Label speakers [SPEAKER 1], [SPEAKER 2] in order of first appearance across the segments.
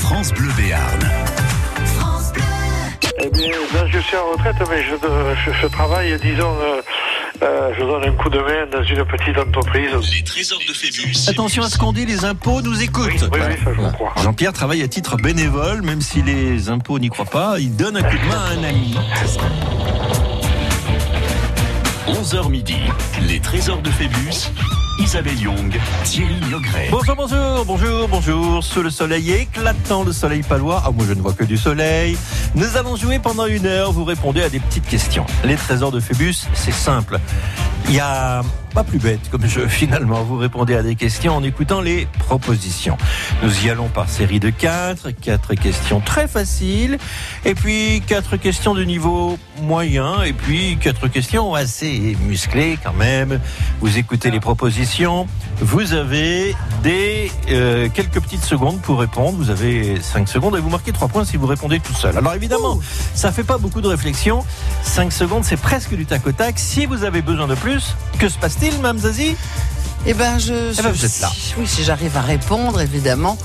[SPEAKER 1] France Bleu Béarn.
[SPEAKER 2] Eh bien, là, je suis en retraite, mais je, euh, je- je travaille, disons, euh, euh, je donne un coup de main dans une petite entreprise.
[SPEAKER 3] Les trésors de Phébus.
[SPEAKER 4] Attention à ce qu'on dit, les impôts nous
[SPEAKER 2] Oui,
[SPEAKER 4] écoutent.
[SPEAKER 2] oui, oui, ça, je vous
[SPEAKER 4] Voilà.
[SPEAKER 2] crois.
[SPEAKER 4] Jean-Pierre travaille à titre bénévole, même si les impôts n'y croient pas, il donne un coup de main à un ami.
[SPEAKER 3] 11h midi. Les trésors de Phébus. Isabelle Young, Thierry Niogret.
[SPEAKER 4] Bonjour, bonjour, bonjour, bonjour. Sous le soleil éclatant, le soleil palois. Ah, moi, je ne vois que du soleil. Nous allons jouer pendant une heure. Vous répondez à des petites questions. Les trésors de Phébus, c'est simple. Il y a pas plus bête comme jeu, finalement. Vous répondez à des questions en écoutant les propositions. Nous y allons par série de quatre. Quatre questions très faciles. Et puis, quatre questions de niveau moyen. Et puis, quatre questions assez musclées quand même. Vous écoutez les propositions. Vous avez des euh, quelques petites secondes pour répondre. Vous avez 5 secondes et vous marquez 3 points si vous répondez tout seul. Alors évidemment, ça fait pas beaucoup de réflexion. 5 secondes, c'est presque du tac au tac. Si vous avez besoin de plus, que se passe-t-il, Mme Zazie
[SPEAKER 5] Eh ben, je.
[SPEAKER 4] Eh ben,
[SPEAKER 5] je-
[SPEAKER 4] vous êtes là.
[SPEAKER 5] Oui, si j'arrive à répondre, évidemment,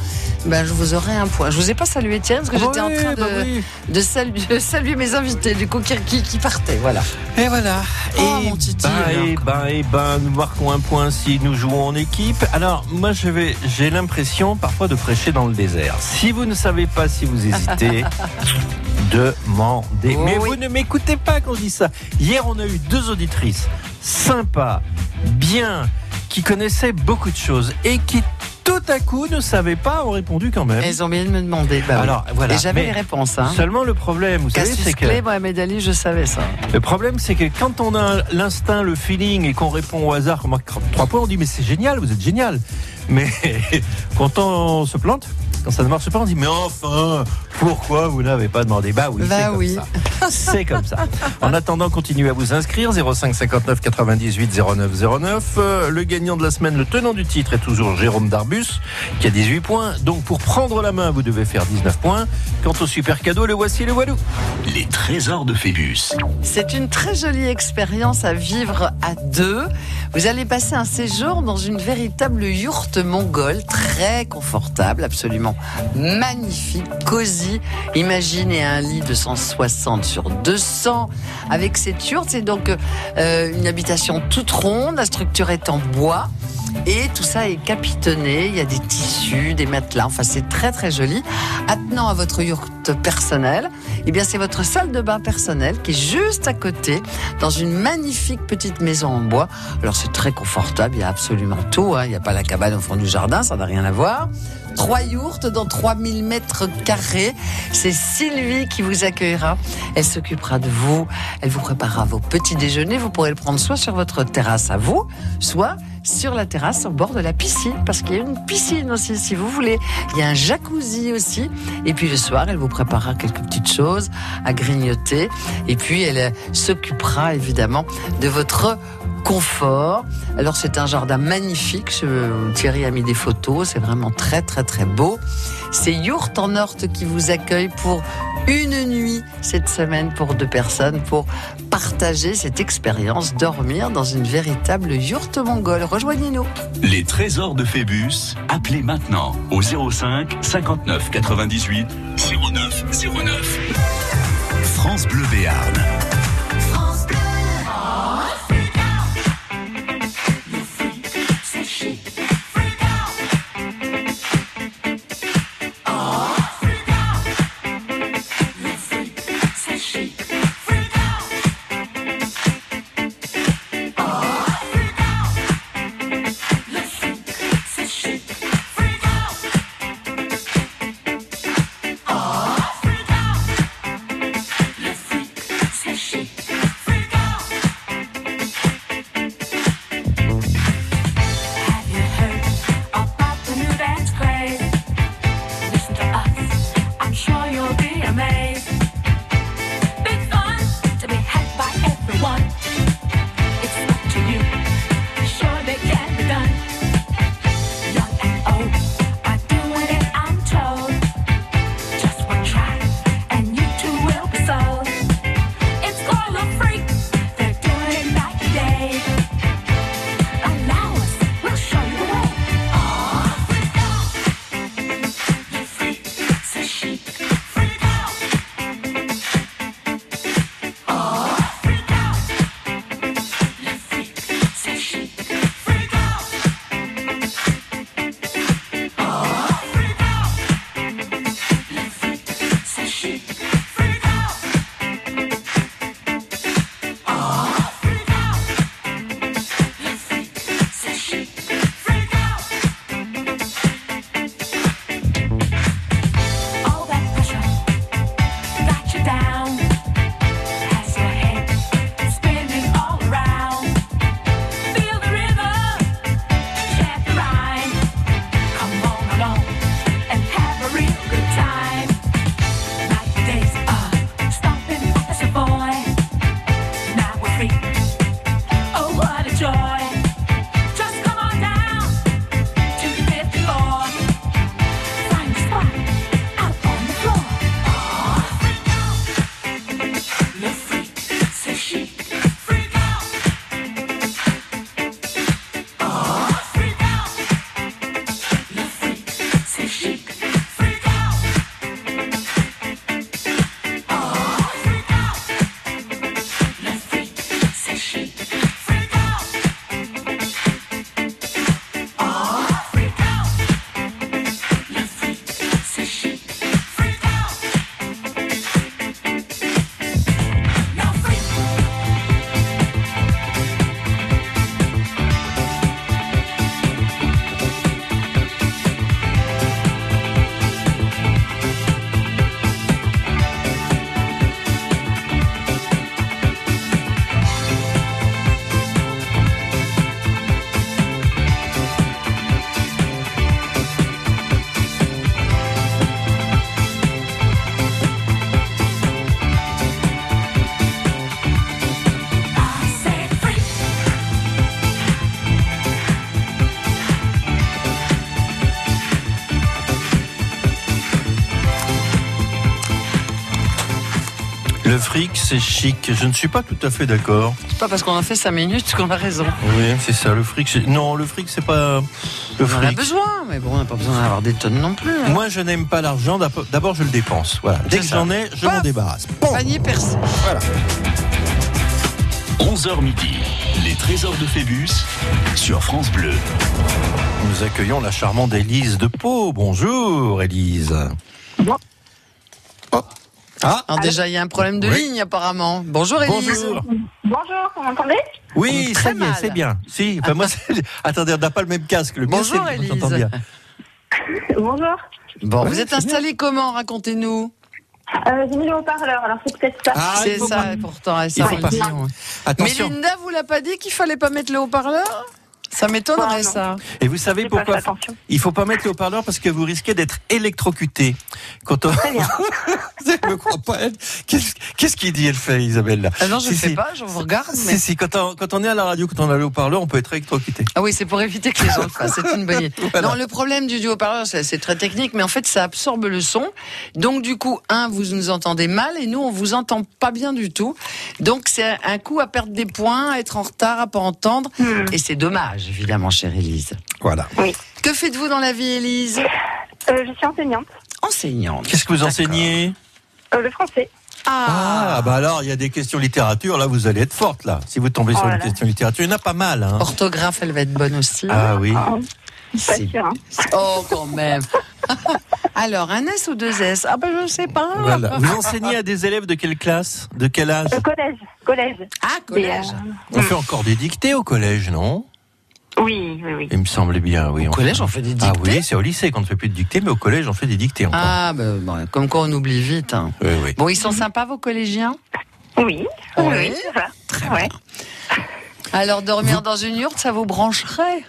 [SPEAKER 5] ben, je vous aurai un point. Je vous ai pas salué, Thierry, parce que j'étais en train de,
[SPEAKER 4] bah
[SPEAKER 5] de saluer, de saluer mes invités, du coup, qui, qui- qui partaient. Voilà.
[SPEAKER 4] Et voilà.
[SPEAKER 5] Oh,
[SPEAKER 4] et
[SPEAKER 5] mon titi,
[SPEAKER 4] ben,
[SPEAKER 5] alors.
[SPEAKER 4] et ben, et ben, nous marquons un point si nous jouons en équipe. Alors, moi, je vais, j'ai l'impression parfois de prêcher dans le désert. Si vous ne savez pas, si vous hésitez, demandez.
[SPEAKER 5] Oh
[SPEAKER 4] Mais
[SPEAKER 5] oui.
[SPEAKER 4] vous ne m'écoutez pas quand je dis ça. Hier, on a eu deux auditrices sympas, bien, qui connaissaient beaucoup de choses et qui tout à coup ne savaient pas, ont répondu quand même.
[SPEAKER 5] Elles ont bien de me demander. Ben, oui.
[SPEAKER 4] Alors, voilà.
[SPEAKER 5] Et j'avais
[SPEAKER 4] Mais
[SPEAKER 5] les réponses, hein.
[SPEAKER 4] Seulement le problème, vous savez,
[SPEAKER 5] Cassius
[SPEAKER 4] c'est que
[SPEAKER 5] Clay, Mohamed Ali, je savais ça.
[SPEAKER 4] le problème, c'est que quand on a l'instinct, le feeling et qu'on répond au hasard, qu'on marque trois points, on dit mais c'est génial, vous êtes génial. Mais quand on se plante, quand ça ne marche pas, on dit mais enfin, pourquoi vous n'avez pas demandé Bah oui,
[SPEAKER 5] Bah
[SPEAKER 4] c'est comme
[SPEAKER 5] oui.
[SPEAKER 4] ça. C'est comme ça. En attendant, continuez à vous inscrire 05 59 98 09 09. Euh, le gagnant de la semaine, le tenant du titre est toujours Jérôme Darbus qui a 18 points. Donc pour prendre la main, vous devez faire 19 points. Quant au super cadeau, le voici le Walou.
[SPEAKER 3] Les trésors de Phébus.
[SPEAKER 5] C'est une très jolie expérience à vivre à deux. Vous allez passer un séjour dans une véritable yourte mongole, très confortable, absolument magnifique, cosy. Imaginez un lit de 160 sur 200 avec cette yourte. C'est donc euh, une habitation toute ronde, la structure est en bois. Et tout ça est capitonné, il y a des tissus, des matelas, enfin c'est très très joli. Attenant à votre yourte personnelle, eh bien c'est votre salle de bain personnelle qui est juste à côté, dans une magnifique petite maison en bois. Alors c'est très confortable, il y a absolument tout, hein. il n'y a pas la cabane au fond du jardin, ça n'a rien à voir. Trois yourtes dans 3000 mètres carrés. C'est Sylvie qui vous accueillera. Elle s'occupera de vous. Elle vous préparera vos petits déjeuners. Vous pourrez le prendre soit sur votre terrasse à vous, soit sur la terrasse au bord de la piscine, parce qu'il y a une piscine aussi, si vous voulez. Il y a un jacuzzi aussi. Et puis le soir, elle vous préparera quelques petites choses à grignoter. Et puis elle euh, s'occupera évidemment de votre confort. Alors c'est un jardin magnifique. Je- Thierry a mis des photos. C'est vraiment très très très beau. C'est Yourte en Horte qui vous accueille pour une nuit cette semaine pour deux personnes pour partager cette expérience, dormir dans une véritable yourte mongole. Rejoignez-nous.
[SPEAKER 3] Les trésors de Phébus. Appelez maintenant au 05 59 98 09 09.
[SPEAKER 1] France Bleu Béarn.
[SPEAKER 6] Sachez.
[SPEAKER 4] Le fric, c'est chic. Je ne suis pas tout à fait d'accord.
[SPEAKER 5] C'est pas parce qu'on a fait 5 minutes qu'on a raison.
[SPEAKER 4] Oui, c'est ça. Le fric, c'est- non, le fric, c'est pas
[SPEAKER 5] On
[SPEAKER 4] le
[SPEAKER 5] en a
[SPEAKER 4] fric.
[SPEAKER 5] besoin, mais bon, on n'a pas besoin d'avoir des tonnes non plus. hein.
[SPEAKER 4] Moi, je n'aime pas l'argent. D'ab- D'abord, je le dépense. Voilà. Dès
[SPEAKER 5] C'est
[SPEAKER 4] que
[SPEAKER 5] ça.
[SPEAKER 4] j'en ai, je
[SPEAKER 5] Paf
[SPEAKER 4] m'en débarrasse. Bon.
[SPEAKER 5] Panier percé.
[SPEAKER 3] 11h midi, les trésors de Phébus sur France Bleu.
[SPEAKER 4] Nous accueillons la charmante Élise de Pau. Bonjour, Élise.
[SPEAKER 6] Bon.
[SPEAKER 4] Oh. Ah.
[SPEAKER 5] Alors déjà, il y a un problème de
[SPEAKER 4] Oui.
[SPEAKER 5] ligne apparemment. Bonjour Élise.
[SPEAKER 4] Bonjour.
[SPEAKER 6] Bonjour, vous m'entendez
[SPEAKER 4] Oui,
[SPEAKER 5] Hum,
[SPEAKER 4] ça
[SPEAKER 5] très
[SPEAKER 4] y est,
[SPEAKER 5] mal.
[SPEAKER 4] c'est bien. Si, enfin, moi, c'est- attendez, on n'a pas le même casque. Le mien,
[SPEAKER 5] Bonjour,
[SPEAKER 4] c'est le- on
[SPEAKER 5] Élise.
[SPEAKER 4] s'entend bien.
[SPEAKER 6] Bonjour.
[SPEAKER 5] Bon,
[SPEAKER 4] Ouais,
[SPEAKER 5] vous êtes
[SPEAKER 4] c'est
[SPEAKER 5] installé comment Racontez-nous.
[SPEAKER 6] Euh, J'ai mis le haut-parleur, alors c'est peut-être ça.
[SPEAKER 4] Ah, il
[SPEAKER 5] c'est
[SPEAKER 4] faut
[SPEAKER 5] ça,
[SPEAKER 4] pas-
[SPEAKER 5] pourtant. et
[SPEAKER 4] il
[SPEAKER 5] ça,
[SPEAKER 4] faut
[SPEAKER 5] on
[SPEAKER 4] pas.
[SPEAKER 5] le dit, ouais. Mais
[SPEAKER 4] Attention.
[SPEAKER 5] Linda, vous l'a pas dit qu'il fallait pas mettre le haut-parleur Ça m'étonnerait
[SPEAKER 6] Ah, non.
[SPEAKER 5] ça.
[SPEAKER 4] Et vous savez
[SPEAKER 6] J'ai pas fait
[SPEAKER 4] pourquoi
[SPEAKER 6] attention.
[SPEAKER 4] Il faut pas mettre le haut-parleur parce que vous risquez d'être électrocuté. Quand on...
[SPEAKER 6] Très bien.
[SPEAKER 4] Je ne crois pas. elle. Qu'est-ce qu'est-ce qu'il dit, elle fait, Isabelle là
[SPEAKER 5] Ah non, je ne
[SPEAKER 4] Si,
[SPEAKER 5] fais
[SPEAKER 4] si.
[SPEAKER 5] pas, je vous regarde. mais-
[SPEAKER 4] Si, si, quand on, quand on est à la radio, quand on a le haut-parleur, on peut être électrocuté.
[SPEAKER 5] Ah oui, c'est pour éviter que les gens le fassent. C'est une bonne idée.
[SPEAKER 4] Voilà.
[SPEAKER 5] Non, le problème du duo parleur, c'est c'est très technique, mais en fait, ça absorbe le son. Donc, du coup, un, vous nous entendez mal et nous, on vous entend pas bien du tout. Donc, c'est un coup à perdre des points, à être en retard, à pas entendre.
[SPEAKER 6] Hmm.
[SPEAKER 5] Et c'est dommage, évidemment, chère Élise.
[SPEAKER 4] Voilà.
[SPEAKER 5] Que faites-vous dans la vie, Élise
[SPEAKER 6] Euh, je suis enseignante,
[SPEAKER 5] Enseignante.
[SPEAKER 4] Qu'est-ce que vous enseignez
[SPEAKER 6] euh, le français.
[SPEAKER 4] Ah, bah alors, il y a des questions littérature. Là, vous allez être forte, là. Si vous tombez sur
[SPEAKER 6] Oh là
[SPEAKER 4] une
[SPEAKER 6] là.
[SPEAKER 4] question littérature, il y en a pas mal. Hein.
[SPEAKER 5] Orthographe, elle va être bonne aussi.
[SPEAKER 4] Ah oui.
[SPEAKER 6] Ah, pas
[SPEAKER 5] C'est-
[SPEAKER 6] sûr, hein.
[SPEAKER 5] Oh, quand même. Alors, un S ou deux S Ah, ben, je sais pas.
[SPEAKER 4] Voilà. Vous enseignez à des élèves de quelle classe De quel âge
[SPEAKER 6] Euh, collège, collège. euh,
[SPEAKER 5] Ah, collège.
[SPEAKER 4] On fait encore des dictées au collège, non
[SPEAKER 6] Oui, oui, oui.
[SPEAKER 4] Il me semblait bien, oui.
[SPEAKER 5] Au collège, on fait des
[SPEAKER 4] Ah
[SPEAKER 5] dictées.
[SPEAKER 4] oui, c'est au lycée qu'on ne fait plus de dictées, mais au collège, on fait des dictées encore.
[SPEAKER 5] Ah, ben, bon, comme quoi on oublie vite. hein.
[SPEAKER 4] Oui, oui.
[SPEAKER 5] Bon, ils sont sympas, vos collégiens
[SPEAKER 6] Oui, oui,
[SPEAKER 5] Oui.
[SPEAKER 6] oui, c'est ça. Ouais.
[SPEAKER 5] Alors, dormir dans une yourte, ça vous brancherait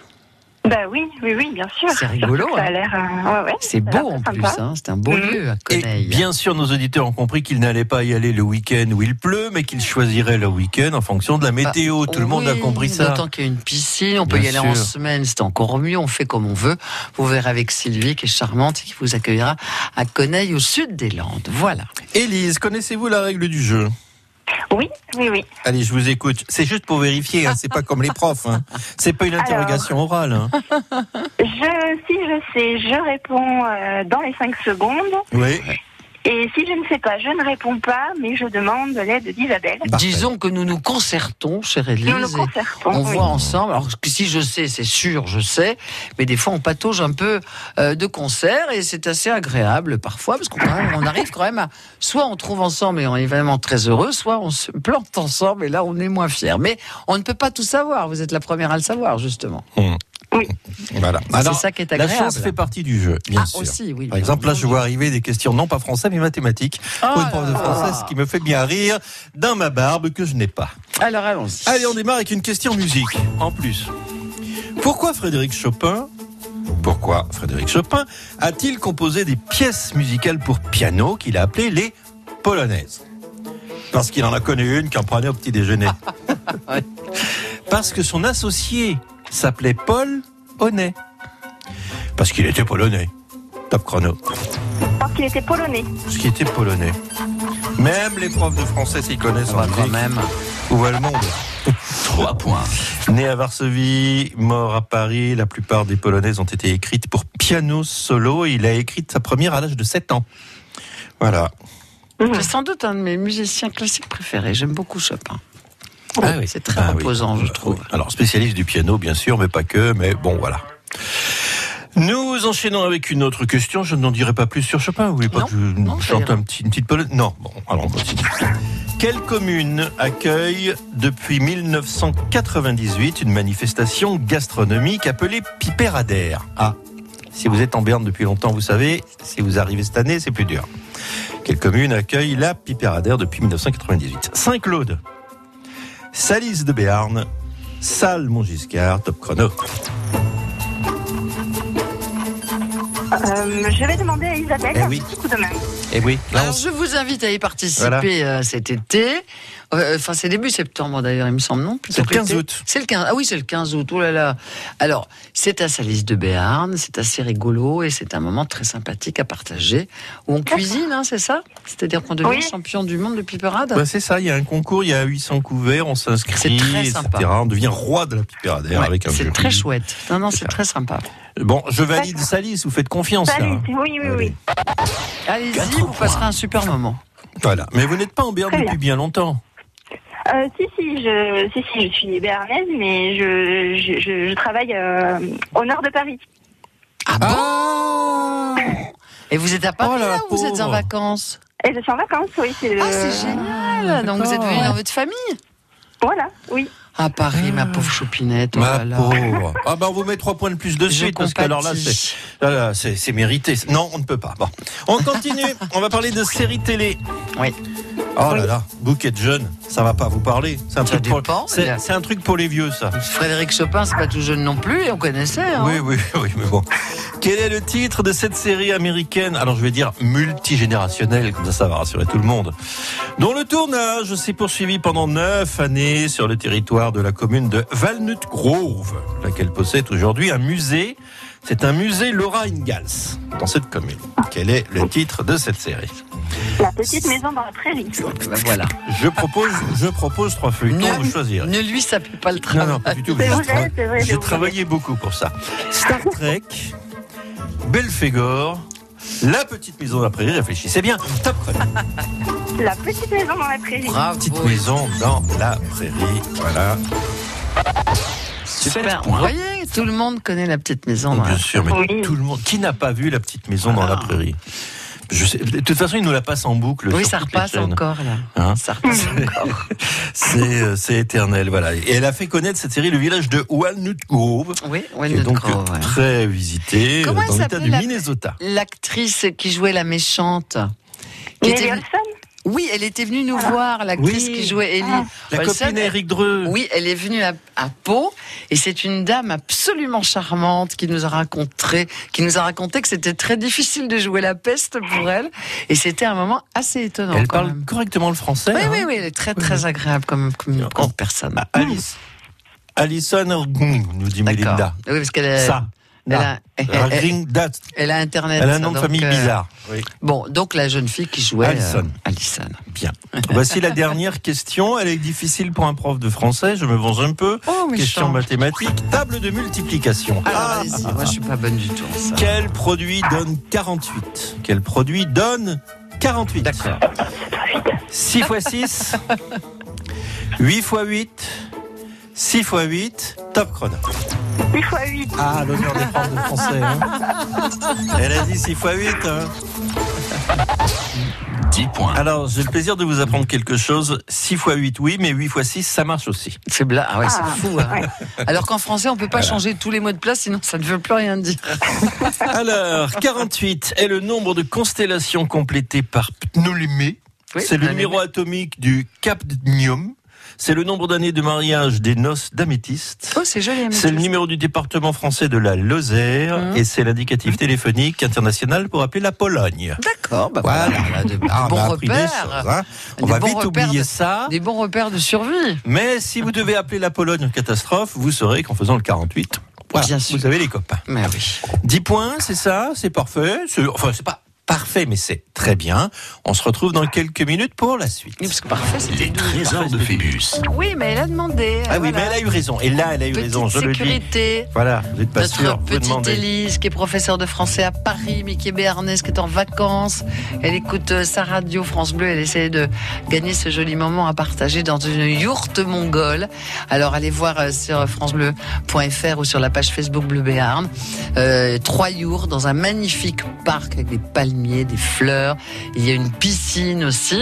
[SPEAKER 6] Bah oui, oui, oui, bien sûr.
[SPEAKER 5] C'est rigolo,
[SPEAKER 6] Surtout que Ça
[SPEAKER 5] hein.
[SPEAKER 6] a l'air. euh, ouais, ouais.
[SPEAKER 5] C'est
[SPEAKER 6] Ça a l'air
[SPEAKER 5] beau en
[SPEAKER 6] très
[SPEAKER 5] plus,
[SPEAKER 6] sympa.
[SPEAKER 5] hein, c'est un beau
[SPEAKER 6] Mhm.
[SPEAKER 5] lieu à
[SPEAKER 4] Mmh. Et
[SPEAKER 5] Coneille.
[SPEAKER 4] bien sûr, nos auditeurs ont compris qu'ils n'allaient pas y aller le week-end où il pleut, mais qu'ils choisiraient le week-end en fonction de la météo. Tout le monde a
[SPEAKER 5] Bah, Oui,
[SPEAKER 4] compris ça.
[SPEAKER 5] D'autant qu'il y a une piscine, on peut y
[SPEAKER 4] Bien
[SPEAKER 5] aller en
[SPEAKER 4] sûr.
[SPEAKER 5] semaine, c'est encore mieux, on fait comme on veut. Vous verrez avec Sylvie qui est charmante et qui vous accueillera à Coneille au sud des Landes. Voilà.
[SPEAKER 4] Élise, connaissez-vous la règle du jeu
[SPEAKER 6] Oui, oui, oui.
[SPEAKER 4] Allez, je vous écoute. C'est juste pour vérifier, hein, c'est pas comme les profs. Hein. C'est pas une interrogation orale. hein.
[SPEAKER 6] Je, si je sais, je réponds euh, dans les 5 secondes.
[SPEAKER 4] Oui.
[SPEAKER 6] Et si je ne sais pas, je ne réponds pas, mais je demande l'aide d'Isabelle.
[SPEAKER 4] Parfait.
[SPEAKER 5] Disons que nous nous concertons, chère Élise.
[SPEAKER 6] Nous nous
[SPEAKER 5] et
[SPEAKER 6] concertons.
[SPEAKER 5] On
[SPEAKER 6] oui.
[SPEAKER 5] voit ensemble. Alors que si je sais, c'est sûr, je sais. Mais des fois, on patauge un peu euh, de concert et c'est assez agréable parfois parce qu'on quand même, on arrive quand même à soit on trouve ensemble et on est vraiment très heureux, soit on se plante ensemble et là on est moins fier. Mais on ne peut pas tout savoir. Vous êtes la première à le savoir justement.
[SPEAKER 4] Voilà.
[SPEAKER 5] C'est
[SPEAKER 4] Alors,
[SPEAKER 5] ça qui est
[SPEAKER 4] la
[SPEAKER 5] agréable.
[SPEAKER 4] chance fait partie du jeu, bien
[SPEAKER 5] ah
[SPEAKER 4] sûr.
[SPEAKER 5] aussi, oui.
[SPEAKER 4] Par exemple, là, je vois arriver des questions non pas français, mais mathématiques.
[SPEAKER 5] Oh
[SPEAKER 4] pour une prof de français, ce qui me fait bien rire dans ma barbe que je n'ai pas.
[SPEAKER 5] Alors allons-y.
[SPEAKER 4] Allez, on démarre avec une question musique, en plus. Pourquoi Frédéric Chopin Pourquoi Frédéric Chopin a-t-il composé des pièces musicales pour piano qu'il a appelées les polonaises Parce qu'il en a connu une qui en prenait au petit déjeuner. Parce que son associé s'appelait Paul Honnet. Parce qu'il était polonais. Top chrono.
[SPEAKER 6] Parce qu'il était polonais.
[SPEAKER 4] Parce qu'il était polonais. Même les profs de français s'y connaissent
[SPEAKER 5] On va Ah
[SPEAKER 4] en
[SPEAKER 5] bah, quand
[SPEAKER 4] musique.
[SPEAKER 5] même.
[SPEAKER 4] Où va le monde
[SPEAKER 3] 3 points.
[SPEAKER 4] Né à Varsovie, mort à Paris, la plupart des polonaises ont été écrites pour piano solo. Il a écrit sa première à l'âge de 7 ans. Voilà.
[SPEAKER 5] C'est sans doute un de mes musiciens classiques préférés. J'aime beaucoup Chopin. C'est très
[SPEAKER 4] Ah oui.
[SPEAKER 5] reposant, je trouve.
[SPEAKER 4] Oui. Alors, spécialiste du piano, bien sûr, mais pas que, mais bon, voilà. Nous enchaînons avec une autre question. Je n'en dirai pas plus sur Chopin. Oui, pas
[SPEAKER 5] Non,
[SPEAKER 4] que je
[SPEAKER 5] non, ça
[SPEAKER 4] chante
[SPEAKER 5] ira.
[SPEAKER 4] un petit, une petite polonaise. Non, bon, alors on continue. Quelle commune accueille depuis 1998 une manifestation gastronomique appelée Piperadère Ah, si vous êtes en Berne depuis longtemps, vous savez, si vous arrivez cette année, c'est plus dur. Quelle commune accueille la Piperadère depuis 1998 Saint-Claude, Salis de Béarn, Salle Montgiscard, top chrono.
[SPEAKER 6] Euh, je vais demander à Isabelle
[SPEAKER 4] Eh oui.
[SPEAKER 6] un petit coup de main.
[SPEAKER 4] Eh oui, là, on
[SPEAKER 5] Alors, je vous invite à y participer
[SPEAKER 4] Voilà.
[SPEAKER 5] euh, cet été. Euh, Enfin, c'est début septembre d'ailleurs, il me semble, non
[SPEAKER 4] C'est le
[SPEAKER 5] Plutôt
[SPEAKER 4] 15
[SPEAKER 5] été.
[SPEAKER 4] août.
[SPEAKER 5] C'est le 15. Ah oui, c'est le 15 août. Oh là là. Alors, c'est à Salis de Béarn, c'est assez rigolo et c'est un moment très sympathique à partager où on cuisine, hein, c'est ça C'est-à-dire qu'on devient
[SPEAKER 6] Oui.
[SPEAKER 5] champion du monde de piperade
[SPEAKER 4] Bah, c'est ça, il y a un concours, il y a 800 couverts, on s'inscrit,
[SPEAKER 5] C'est très
[SPEAKER 4] etc.
[SPEAKER 5] sympa.
[SPEAKER 4] On devient roi de la pipéradère
[SPEAKER 5] Ouais,
[SPEAKER 4] avec un
[SPEAKER 5] C'est
[SPEAKER 4] jury.
[SPEAKER 5] très chouette. Non, non,
[SPEAKER 4] C'est
[SPEAKER 5] c'est
[SPEAKER 4] ça.
[SPEAKER 5] très sympa.
[SPEAKER 4] Bon, je valide
[SPEAKER 6] D'accord.
[SPEAKER 4] Salis, vous faites confiance là.
[SPEAKER 6] Salut. Oui, oui, oui.
[SPEAKER 4] Allez.
[SPEAKER 5] Allez-y,
[SPEAKER 4] Quatre
[SPEAKER 5] vous
[SPEAKER 4] points.
[SPEAKER 5] passerez un super moment.
[SPEAKER 4] Voilà. Mais vous n'êtes pas en Béarn
[SPEAKER 6] Très
[SPEAKER 4] depuis bien longtemps.
[SPEAKER 6] Euh, si, si, je, si, si, je suis béarnaise, mais je, je, je, je travaille euh, au nord de Paris.
[SPEAKER 5] Ah
[SPEAKER 4] Ah,
[SPEAKER 5] bon Et vous êtes à Paris
[SPEAKER 4] Oh la
[SPEAKER 5] là, ou vous êtes
[SPEAKER 4] pauvre.
[SPEAKER 5] en vacances
[SPEAKER 6] Et je suis en vacances, oui.
[SPEAKER 5] Ah,
[SPEAKER 6] euh,
[SPEAKER 5] c'est génial Donc vous êtes
[SPEAKER 4] d'accord.
[SPEAKER 5] venu dans votre famille
[SPEAKER 6] Voilà, oui.
[SPEAKER 5] À Paris, ma pauvre choupinette. Oh
[SPEAKER 4] Ah. Ma
[SPEAKER 5] là là.
[SPEAKER 4] pauvre. Ah bah on vous met trois points de plus de
[SPEAKER 5] Je
[SPEAKER 4] suite parce que alors là
[SPEAKER 5] compatis.
[SPEAKER 4] c'est là, là, c'est c'est mérité. Non, on ne peut pas. Bon, on continue. on va parler de séries télé.
[SPEAKER 5] Oui.
[SPEAKER 4] Oh là là, bouquet de jeunes, ça va pas vous parler. C'est un
[SPEAKER 5] Ça
[SPEAKER 4] truc pour-
[SPEAKER 5] dépend,
[SPEAKER 4] c'est-
[SPEAKER 5] il y a-
[SPEAKER 4] c'est un truc pour les vieux ça.
[SPEAKER 5] Frédéric Chopin, c'est pas tout jeune non plus, et on connaissait. Hein.
[SPEAKER 4] Oui, oui, oui, mais bon. Quel est le titre de cette série américaine Alors je vais dire multigénérationnelle, comme ça ça va rassurer tout le monde. Dont le tournage s'est poursuivi pendant neuf années sur le territoire de la commune de Walnut Grove, laquelle possède aujourd'hui un musée. C'est un musée Laura Ingalls, dans cette commune. Quel est le titre de cette série
[SPEAKER 6] La petite maison dans la prairie.
[SPEAKER 5] Ben voilà.
[SPEAKER 4] Je propose, je propose trois feuilletons, vous choisirez.
[SPEAKER 5] Ne lui sapez pas le
[SPEAKER 4] Non,
[SPEAKER 5] travail.
[SPEAKER 4] non, pas du tout.
[SPEAKER 6] C'est
[SPEAKER 4] j'ai
[SPEAKER 6] vrai,
[SPEAKER 4] tra-
[SPEAKER 6] c'est vrai,
[SPEAKER 4] J'ai
[SPEAKER 6] j'ai
[SPEAKER 4] travaillé beaucoup pour ça. Star
[SPEAKER 5] Ah.
[SPEAKER 4] Trek, Belphégor, La Petite Maison de la Prairie, réfléchissez bien. Top chrono.
[SPEAKER 6] La petite maison dans la prairie.
[SPEAKER 5] Ah, Bravo.
[SPEAKER 4] Petite Maison dans la Prairie, voilà.
[SPEAKER 5] Super. Vous voyez, tout le monde connaît la petite maison.
[SPEAKER 4] Oh, Bien
[SPEAKER 5] hein.
[SPEAKER 4] sûr, mais
[SPEAKER 6] Oui.
[SPEAKER 4] tout le monde. Qui n'a pas vu La Petite Maison
[SPEAKER 5] Ah.
[SPEAKER 4] dans la Prairie Je sais- de toute façon, il nous la passe en boucle.
[SPEAKER 5] Oui,
[SPEAKER 4] sur
[SPEAKER 5] ça
[SPEAKER 4] toutes les
[SPEAKER 5] repasse
[SPEAKER 4] chaînes.
[SPEAKER 5] encore là.
[SPEAKER 4] Hein
[SPEAKER 5] ça repasse encore.
[SPEAKER 4] C'est euh, c'est éternel, voilà. Et elle a fait connaître cette série le village de Walnut Grove,
[SPEAKER 5] Oui,
[SPEAKER 4] qui est
[SPEAKER 5] Walnut
[SPEAKER 4] donc
[SPEAKER 5] Grove,
[SPEAKER 4] euh,
[SPEAKER 5] ouais.
[SPEAKER 4] très visité euh,
[SPEAKER 5] Comment elle
[SPEAKER 4] dans l'état
[SPEAKER 5] s'appelle,
[SPEAKER 4] du
[SPEAKER 5] la-
[SPEAKER 4] Minnesota.
[SPEAKER 5] L'actrice qui jouait la méchante. Qui
[SPEAKER 6] Nelly
[SPEAKER 5] était-
[SPEAKER 6] Olson
[SPEAKER 5] Oui, elle était venue nous voir, l'actrice
[SPEAKER 4] Oui.
[SPEAKER 5] qui jouait Ellie.
[SPEAKER 6] Ah.
[SPEAKER 4] La
[SPEAKER 5] Olsen,
[SPEAKER 4] copine
[SPEAKER 5] elle-
[SPEAKER 4] Eric Dreux.
[SPEAKER 5] Oui, elle est venue à, à Pau et c'est une dame absolument charmante qui nous a raconté, qui nous a raconté que c'était très difficile de jouer la peste pour elle et c'était un moment assez étonnant.
[SPEAKER 4] Elle
[SPEAKER 5] Ah, quand
[SPEAKER 4] parle
[SPEAKER 5] même.
[SPEAKER 4] correctement le français.
[SPEAKER 5] Oui,
[SPEAKER 4] hein.
[SPEAKER 5] oui, oui, elle est très très agréable comme, comme,
[SPEAKER 4] Non.
[SPEAKER 5] comme personne.
[SPEAKER 4] Ah, Alice. Alison Ergung, nous dit
[SPEAKER 5] D'accord.
[SPEAKER 4] Melinda.
[SPEAKER 5] Oui, parce qu'elle a-
[SPEAKER 4] Ça.
[SPEAKER 5] elle
[SPEAKER 4] là.
[SPEAKER 5] a, elle- elle-
[SPEAKER 4] Ergrinda.
[SPEAKER 5] elle a internet.
[SPEAKER 4] Elle a un
[SPEAKER 5] ça,
[SPEAKER 4] nom de
[SPEAKER 5] donc,
[SPEAKER 4] famille
[SPEAKER 5] euh,
[SPEAKER 4] bizarre.
[SPEAKER 5] Bon, donc la jeune fille qui jouait euh,
[SPEAKER 4] Alison.
[SPEAKER 5] Alison.
[SPEAKER 4] Bien. Voici la dernière question. Elle est difficile pour un prof de français. Je me venge un peu.
[SPEAKER 5] Oh,
[SPEAKER 4] Question Ah.
[SPEAKER 5] méchant.
[SPEAKER 4] mathématique. Table de multiplication.
[SPEAKER 5] Alors, allez-y, moi je suis pas bonne du tout. en ça.
[SPEAKER 4] Quel produit donne 48 Quel produit donne 48
[SPEAKER 5] D'accord.
[SPEAKER 4] 6 x 6. 8 x 8. 6 x 8. Top chrono.
[SPEAKER 6] 6 fois 8.
[SPEAKER 4] Ah, l'honneur des profs de français. hein. Elle a dit 6 x 8. hein.
[SPEAKER 3] 10 points.
[SPEAKER 4] Alors, j'ai le plaisir de vous apprendre quelque chose. 6 x 8, oui, mais 8 x 6, ça marche aussi.
[SPEAKER 5] C'est bla... ah ouais,
[SPEAKER 6] Ah,
[SPEAKER 5] c'est fou. hein. Alors qu'en français, on peut pas changer tous les mots de place, sinon ça ne veut plus rien dire.
[SPEAKER 4] Alors, 48 est le nombre de constellations complétées par Ptolémée.
[SPEAKER 5] Oui,
[SPEAKER 4] C'est le
[SPEAKER 5] Ptolémée.
[SPEAKER 4] numéro atomique du Capnium. C'est le nombre d'années de mariage des noces d'améthyste.
[SPEAKER 5] Oh, c'est joli.
[SPEAKER 4] C'est
[SPEAKER 5] Améthyste.
[SPEAKER 4] le numéro du département français de la Lozère
[SPEAKER 5] Mhm.
[SPEAKER 4] et c'est l'indicatif téléphonique international pour appeler la Pologne.
[SPEAKER 5] D'accord, bah
[SPEAKER 4] Oh, Voilà.
[SPEAKER 5] voilà, là, de,
[SPEAKER 4] Ah,
[SPEAKER 5] des bons
[SPEAKER 4] on a appris des
[SPEAKER 5] repères,
[SPEAKER 4] choses, hein. On
[SPEAKER 5] Des
[SPEAKER 4] va
[SPEAKER 5] bons
[SPEAKER 4] vite
[SPEAKER 5] repères
[SPEAKER 4] oublier
[SPEAKER 5] de-
[SPEAKER 4] ça.
[SPEAKER 5] des bons repères de survie.
[SPEAKER 4] Mais si vous devez appeler la Pologne en catastrophe, vous saurez qu'en faisant le 48, voilà,
[SPEAKER 5] Bien
[SPEAKER 4] vous
[SPEAKER 5] sûr.
[SPEAKER 4] avez les copains.
[SPEAKER 5] Mais oui.
[SPEAKER 4] 10 points, c'est ça, c'est parfait. c'est- Enfin, c'est pas parfait, mais c'est très bien. On se retrouve dans quelques minutes pour la suite.
[SPEAKER 5] Oui, parce que parfait, c'était
[SPEAKER 3] Les
[SPEAKER 5] doux.
[SPEAKER 3] trésors de Phébus.
[SPEAKER 5] Oui, mais elle a demandé. euh,
[SPEAKER 4] Ah
[SPEAKER 5] voilà.
[SPEAKER 4] oui, mais elle a eu raison. Et là, elle a eu
[SPEAKER 5] Petite
[SPEAKER 4] raison, je le dis.
[SPEAKER 5] sécurité.
[SPEAKER 4] Voilà, vous n'êtes pas
[SPEAKER 5] Notre
[SPEAKER 4] sûr. Vous
[SPEAKER 5] petite
[SPEAKER 4] demandez.
[SPEAKER 5] Élise, qui est professeure de français à Paris, mais qui est béarnaise, qui est en vacances. Elle écoute euh, sa radio France Bleu. Elle essaie de gagner ce joli moment à partager dans une yourte mongole. Alors allez voir euh, sur francebleu.fr ou sur la page Facebook Bleu Béarn. Euh, trois yourtes dans un magnifique parc avec des palmiers, des fleurs. Il y a une piscine aussi.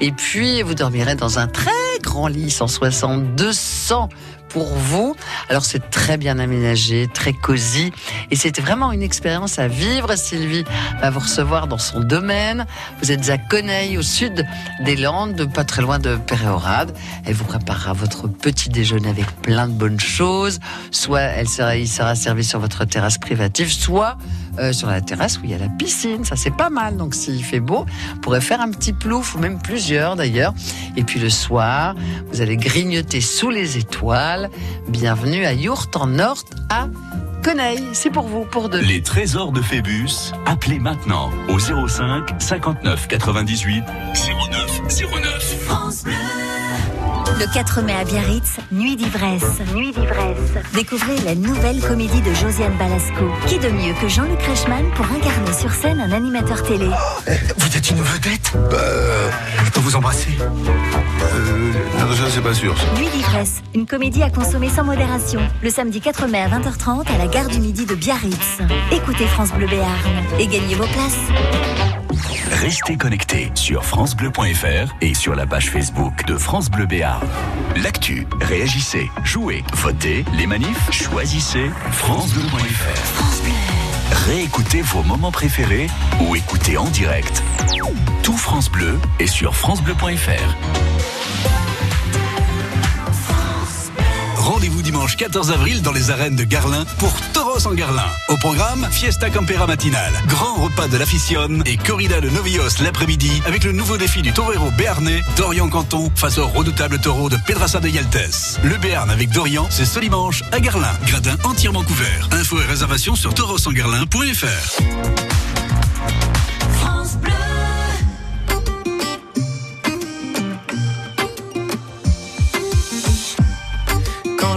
[SPEAKER 5] Et puis vous dormirez dans un très grands lits, 160, 200 pour vous. Alors c'est très bien aménagé, très cosy et c'était vraiment une expérience à vivre. Sylvie va vous recevoir dans son domaine. Vous êtes à Coneille, au sud des Landes, pas très loin de Péréorade. Elle vous préparera votre petit déjeuner avec plein de bonnes choses. Soit elle sera, il sera servi sur votre terrasse privative, soit euh, sur la terrasse où il y a la piscine. Ça, c'est pas mal. Donc, s'il fait beau, vous pourrez faire un petit plouf, ou même plusieurs d'ailleurs. Et puis le soir, vous allez grignoter sous les étoiles. Bienvenue à Yourt en Orte à Coneille. C'est pour vous, pour deux.
[SPEAKER 3] Les trésors de Phébus, appelez maintenant au 05 59 98 09 09.
[SPEAKER 7] Le 4 mai à Biarritz, Nuit d'ivresse.
[SPEAKER 8] Nuit d'ivresse.
[SPEAKER 7] Découvrez la nouvelle comédie de Josiane Balasco. Qui de mieux que Jean-Luc Reichmann pour incarner sur scène un animateur télé
[SPEAKER 9] Eh, Vous êtes une vedette Bah, euh, je peux vous embrasser Euh, non, ça c'est pas sûr. ça.
[SPEAKER 7] Nuit d'ivresse, une comédie à consommer sans modération. Le samedi 4 mai à 20h30 à la gare du Midi de Biarritz. Écoutez France Bleu Béarn et gagnez vos places.
[SPEAKER 10] Restez connectés sur FranceBleu.fr et sur la page Facebook de France Bleu Béarn. L'actu, réagissez, jouez, votez, les manifs, choisissez FranceBleu.fr. Réécoutez vos moments préférés ou écoutez en direct. Tout France Bleu est sur FranceBleu.fr.
[SPEAKER 3] Rendez-vous dimanche 14 avril dans les arènes de Garlin pour Toros en Garlin. Au programme, Fiesta Campera matinale, grand repas de l'Aficione et Corrida de Novillos l'après-midi avec le nouveau défi du torero béarnais, Dorian Canton face au redoutable taureau de Pedrassa de Yaltes. Le Béarn avec Dorian, c'est ce dimanche à Garlin. Gradin entièrement couvert. Infos et réservations sur taurosengarlin.fr.
[SPEAKER 1] Quand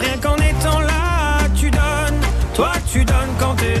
[SPEAKER 1] Rien qu'en étant là, tu donnes. Toi tu donnes quand t'es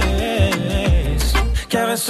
[SPEAKER 1] caresse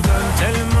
[SPEAKER 1] donnes tellement.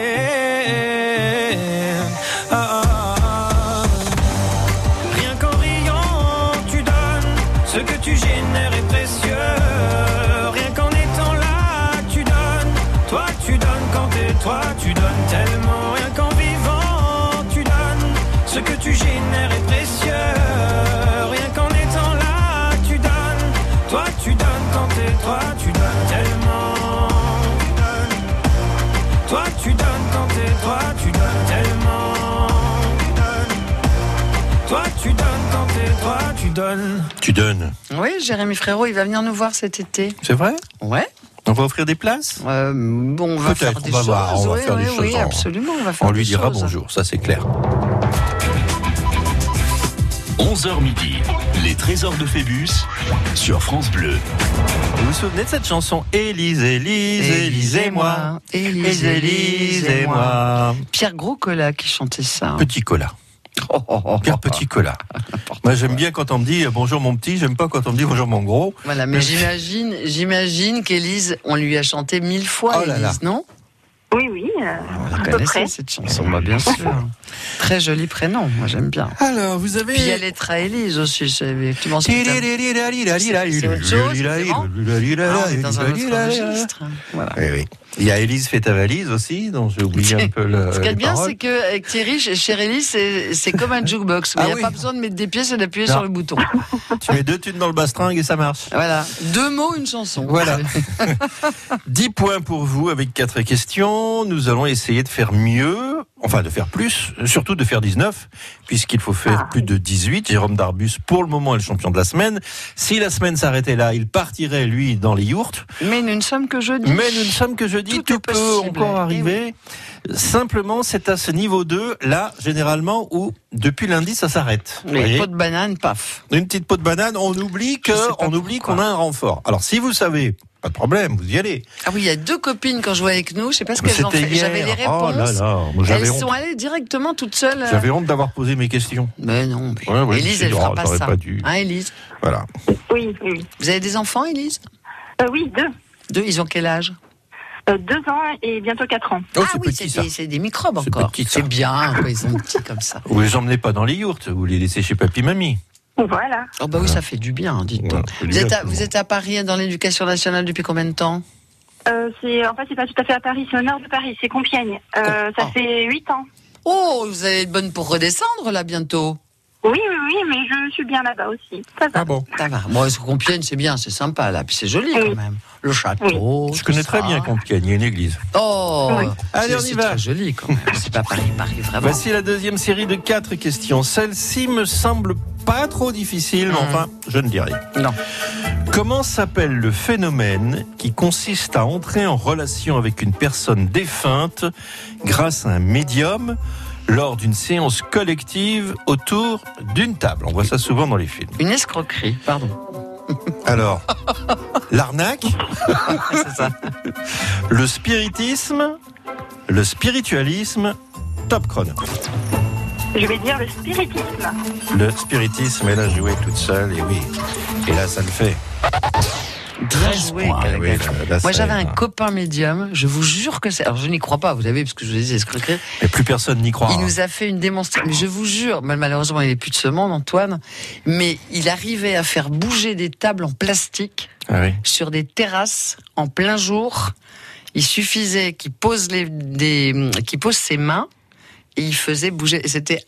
[SPEAKER 1] Ah, ah, ah. Rien qu'en riant, tu donnes ce que tu génères est précieux. Rien qu'en étant là, tu donnes. Toi, tu donnes quand t'es toi, tu donnes tellement. Rien qu'en vivant, tu donnes ce que tu génères est précieux. Rien qu'en étant là, tu donnes. Toi, tu donnes quand t'es toi, tu donnes tellement. Tu donnes. Toi, tu donnes quand t'es toi, tu donnes tellement. Tu donnes. Toi, tu donnes quand t'es toi, tu donnes.
[SPEAKER 4] Tu donnes.
[SPEAKER 5] Oui, Jérémy Frérot, il va venir nous voir cet été.
[SPEAKER 4] C'est vrai
[SPEAKER 5] Ouais.
[SPEAKER 4] On va offrir des places
[SPEAKER 5] Euh, bon, on va
[SPEAKER 4] Peut-être,
[SPEAKER 5] faire des
[SPEAKER 4] on va
[SPEAKER 5] choses.
[SPEAKER 4] voir, on va
[SPEAKER 5] oui,
[SPEAKER 4] faire des
[SPEAKER 5] oui, oui,
[SPEAKER 4] choses en-
[SPEAKER 5] absolument, on va faire
[SPEAKER 4] On lui
[SPEAKER 5] des
[SPEAKER 4] dira
[SPEAKER 5] choses.
[SPEAKER 4] bonjour, ça c'est clair.
[SPEAKER 1] 11h midi, les trésors de Phébus sur France Bleu.
[SPEAKER 4] Vous vous souvenez de cette chanson Élise, Élise, Élise et moi.
[SPEAKER 5] Élise,
[SPEAKER 4] Élise, Élise et moi.
[SPEAKER 5] Pierre Groscola qui chantait ça.
[SPEAKER 4] Petit cola.
[SPEAKER 5] Oh, oh, oh,
[SPEAKER 4] Pierre
[SPEAKER 5] oh.
[SPEAKER 4] Petit cola. Moi j'aime bien quand on me dit euh, bonjour mon petit, j'aime pas quand on me dit bonjour mon gros.
[SPEAKER 5] Voilà, mais j'imagine, j'imagine qu'Élise, on lui a chanté mille fois,
[SPEAKER 4] Oh là là.
[SPEAKER 5] Élise, non
[SPEAKER 6] Oui, oui. euh,
[SPEAKER 5] Vous la
[SPEAKER 6] peu
[SPEAKER 5] connaissez
[SPEAKER 6] près.
[SPEAKER 5] cette chanson, bah, bien sûr. Très joli prénom, moi j'aime bien.
[SPEAKER 4] Alors vous avez...
[SPEAKER 5] Puis elle est très Élise aussi, c'est- tu m'en souviens C'est autre chose, différent. Ah, on est dans un autre registre. Voilà.
[SPEAKER 4] Oui, oui. Il y a Élise fait ta valise aussi, dont j'ai oublié un peu le.
[SPEAKER 5] Ce qui est
[SPEAKER 4] Euh, les
[SPEAKER 5] bien,
[SPEAKER 4] paroles.
[SPEAKER 5] c'est que avec Thierry, chez chez Élise, c'est c'est comme un jukebox. mais
[SPEAKER 4] Ah
[SPEAKER 5] Il n'y a
[SPEAKER 4] oui.
[SPEAKER 5] pas besoin de mettre des pièces et d'appuyer
[SPEAKER 4] Non.
[SPEAKER 5] sur le bouton.
[SPEAKER 4] Tu mets deux thunes dans le bastringue et ça marche.
[SPEAKER 5] Voilà. Deux mots, une chanson.
[SPEAKER 4] Voilà. 10 points pour vous avec quatre questions. Nous allons essayer de faire mieux, enfin de faire plus, surtout de faire 19, puisqu'il faut
[SPEAKER 5] Ah.
[SPEAKER 4] faire plus de 18. Jérôme Darbus, pour le moment, est le champion de la semaine. Si la semaine s'arrêtait là, il partirait, lui, dans les yurts.
[SPEAKER 5] Mais nous ne sommes que jeudi.
[SPEAKER 4] Mais nous ne sommes que jeudi,
[SPEAKER 5] Tout
[SPEAKER 4] tout,
[SPEAKER 5] est
[SPEAKER 4] peut
[SPEAKER 5] possible. Eh
[SPEAKER 4] encore arriver. Simplement, c'est à ce niveau 2, là, généralement, où depuis lundi, ça s'arrête. Vous
[SPEAKER 5] Les
[SPEAKER 4] voyez
[SPEAKER 5] pots de banane, paf.
[SPEAKER 4] une petite peau de banane, on oublie que,
[SPEAKER 5] Je sais pas
[SPEAKER 4] on oublie
[SPEAKER 5] pourquoi.
[SPEAKER 4] qu'on a un renfort. Alors si vous savez, pas de problème, vous y allez.
[SPEAKER 5] Ah oui, il y a deux copines quand je jouais avec nous. Je sais pas ce
[SPEAKER 4] Mais
[SPEAKER 5] qu'elles ont
[SPEAKER 4] c'était
[SPEAKER 5] fait.
[SPEAKER 4] hier.
[SPEAKER 5] J'avais les réponses.
[SPEAKER 4] Oh là là, moi, j'avais
[SPEAKER 5] Elles
[SPEAKER 4] honte.
[SPEAKER 5] sont allées directement toutes seules. euh,
[SPEAKER 4] J'avais honte d'avoir posé mes questions.
[SPEAKER 5] Mais non, mais
[SPEAKER 4] Ouais, ouais, je me
[SPEAKER 5] Élise,
[SPEAKER 4] suis
[SPEAKER 5] elle
[SPEAKER 4] dit,
[SPEAKER 5] fera
[SPEAKER 4] oh,
[SPEAKER 5] pas
[SPEAKER 4] j'aurais
[SPEAKER 5] ça.
[SPEAKER 4] pas dû.
[SPEAKER 5] Hein, Élise
[SPEAKER 4] Voilà.
[SPEAKER 6] Oui, oui.
[SPEAKER 5] Vous avez des enfants, Élise
[SPEAKER 6] Euh, oui, deux.
[SPEAKER 5] Deux, ils ont quel âge
[SPEAKER 6] Euh, deux ans et bientôt quatre ans.
[SPEAKER 4] Oh,
[SPEAKER 5] Ah
[SPEAKER 4] c'est
[SPEAKER 5] oui,
[SPEAKER 4] petit
[SPEAKER 5] c'est
[SPEAKER 4] ça.
[SPEAKER 5] des, c'est des microbes
[SPEAKER 4] C'est
[SPEAKER 5] encore.
[SPEAKER 4] petit, ça.
[SPEAKER 5] C'est bien, quoi, ils sont petits comme ça.
[SPEAKER 4] Vous les emmenez pas dans les yurts, vous les laissez chez papy mamie.
[SPEAKER 6] Voilà.
[SPEAKER 5] Oh bah oui, ça fait du bien, dites
[SPEAKER 4] Ouais,
[SPEAKER 5] donc.
[SPEAKER 4] c'est
[SPEAKER 5] Vous
[SPEAKER 4] bien,
[SPEAKER 5] êtes, à,
[SPEAKER 4] tout le
[SPEAKER 5] vous
[SPEAKER 4] monde.
[SPEAKER 5] êtes à Paris hein, dans l'éducation nationale depuis combien de temps
[SPEAKER 6] Euh, c'est en fait c'est pas tout à fait à Paris, c'est au nord de Paris, c'est Compiègne. Euh,
[SPEAKER 5] Oh,
[SPEAKER 6] ça
[SPEAKER 5] ah.
[SPEAKER 6] fait huit ans.
[SPEAKER 5] Oh, vous allez être bonne pour redescendre là bientôt.
[SPEAKER 6] Oui, oui, oui, mais je suis bien là-bas aussi. Ça va.
[SPEAKER 4] Ah bon.
[SPEAKER 5] Ça va. Bon, est-ce que Compiègne, c'est bien, c'est sympa là, puis c'est joli quand
[SPEAKER 6] Oui.
[SPEAKER 5] même. Le château.
[SPEAKER 4] Je
[SPEAKER 5] tout
[SPEAKER 4] connais très
[SPEAKER 5] ça.
[SPEAKER 4] bien Compiègne, il y a une église.
[SPEAKER 5] Oh,
[SPEAKER 6] Oui.
[SPEAKER 4] Allez,
[SPEAKER 5] c'est-
[SPEAKER 4] on y
[SPEAKER 5] c'est
[SPEAKER 4] va.
[SPEAKER 5] très joli quand même. C'est pas Paris, Paris vraiment.
[SPEAKER 4] Voici la deuxième série de quatre questions. Celle-ci me semble pas trop difficile, mais
[SPEAKER 5] Mhm.
[SPEAKER 4] enfin, je ne dis rien.
[SPEAKER 5] Non.
[SPEAKER 4] Comment s'appelle le phénomène qui consiste à entrer en relation avec une personne défunte grâce à un médium lors d'une séance collective autour d'une table On voit ça souvent dans les films.
[SPEAKER 5] Une escroquerie, pardon.
[SPEAKER 4] Alors, l'arnaque,
[SPEAKER 5] C'est ça.
[SPEAKER 4] le spiritisme, le spiritualisme, top chrono.
[SPEAKER 5] Ah.
[SPEAKER 6] Je vais dire le spiritisme.
[SPEAKER 4] Le spiritisme, elle a joué toute seule, et oui. Et là, ça le fait. Ah
[SPEAKER 5] Bien joué,
[SPEAKER 1] points,
[SPEAKER 5] Calaga.
[SPEAKER 4] oui, là, là,
[SPEAKER 5] Moi,
[SPEAKER 4] ça
[SPEAKER 5] j'avais
[SPEAKER 4] y
[SPEAKER 5] un
[SPEAKER 4] va.
[SPEAKER 5] copain médium, je vous jure que c'est. Alors, je n'y crois pas, vous savez, parce que je vous ai dit escroquerie.
[SPEAKER 4] Mais plus personne n'y croit.
[SPEAKER 5] Il
[SPEAKER 4] hein.
[SPEAKER 5] nous a fait une démonstration. mais Je vous jure, mal- malheureusement, il est plus de ce monde, Antoine, mais il arrivait à faire bouger des tables en plastique
[SPEAKER 4] Ah oui.
[SPEAKER 5] sur des terrasses en plein jour. Il suffisait qu'il pose, les, des, qu'il pose ses mains et il faisait bouger. Et, c'était,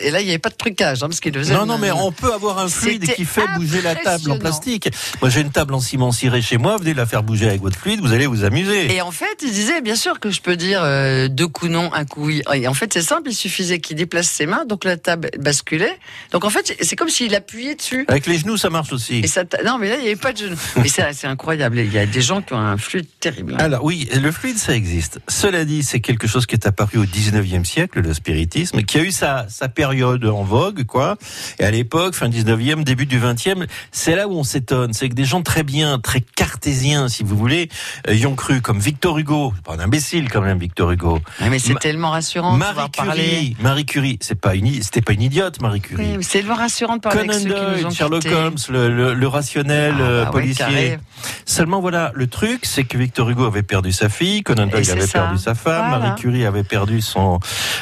[SPEAKER 5] et là, il n'y avait pas de trucage, hein, parce qu'il le faisait.
[SPEAKER 4] Non, non, mais on peut avoir un fluide
[SPEAKER 5] C'était
[SPEAKER 4] qui fait bouger la table en
[SPEAKER 5] impressionnant.
[SPEAKER 4] plastique. Moi, j'ai une table en ciment ciré chez moi. Venez la faire bouger avec votre fluide, vous allez vous amuser.
[SPEAKER 5] Et en fait, il disait, bien sûr que je peux dire euh, deux coups non, un coup oui. Et en fait, c'est simple, il suffisait qu'il déplace ses mains, donc la table basculait. Donc en fait, c'est- c'est comme s'il appuyait dessus.
[SPEAKER 4] Avec les genoux, ça marche aussi.
[SPEAKER 5] Et ça t'a- non, mais là, il n'y avait pas de genou. Mais c'est c'est incroyable. Il y a des gens qui ont un flux terrible.
[SPEAKER 4] Alors oui, le fluide, ça existe. Cela dit, c'est quelque chose qui est apparu au 19e siècle, le spiritisme, qui a eu sa, sa période en vogue, quoi. Et à l'époque, fin 19e, début du 20e, c'est là où on s'étonne. C'est que des gens très bien, très cartésiens, si vous voulez, euh, y ont cru, comme Victor Hugo. C'est Pas un imbécile, quand même, Victor Hugo.
[SPEAKER 5] Ouais, Ah, mais c'est
[SPEAKER 4] Ma-
[SPEAKER 5] tellement rassurant de
[SPEAKER 4] Marie
[SPEAKER 5] pouvoir parler.
[SPEAKER 4] Curie. Marie Curie, c'est pas une, i- c'était pas une idiote, Marie Curie.
[SPEAKER 5] Oui, mais C'est tellement rassurant de parler
[SPEAKER 4] Conan
[SPEAKER 5] avec ceux qui nous
[SPEAKER 4] Doyle,
[SPEAKER 5] ont
[SPEAKER 4] Sherlock
[SPEAKER 5] quittés.
[SPEAKER 4] Holmes, le, le- le rationnel
[SPEAKER 5] Ah,
[SPEAKER 4] euh,
[SPEAKER 5] bah ouais,
[SPEAKER 4] policier.
[SPEAKER 5] carré.
[SPEAKER 4] Seulement voilà, le truc, c'est que Victor Hugo avait perdu sa fille, Conan Doyle
[SPEAKER 5] c'est
[SPEAKER 4] avait
[SPEAKER 5] ça.
[SPEAKER 4] perdu sa femme,
[SPEAKER 5] Voilà.
[SPEAKER 4] Marie Curie avait perdu son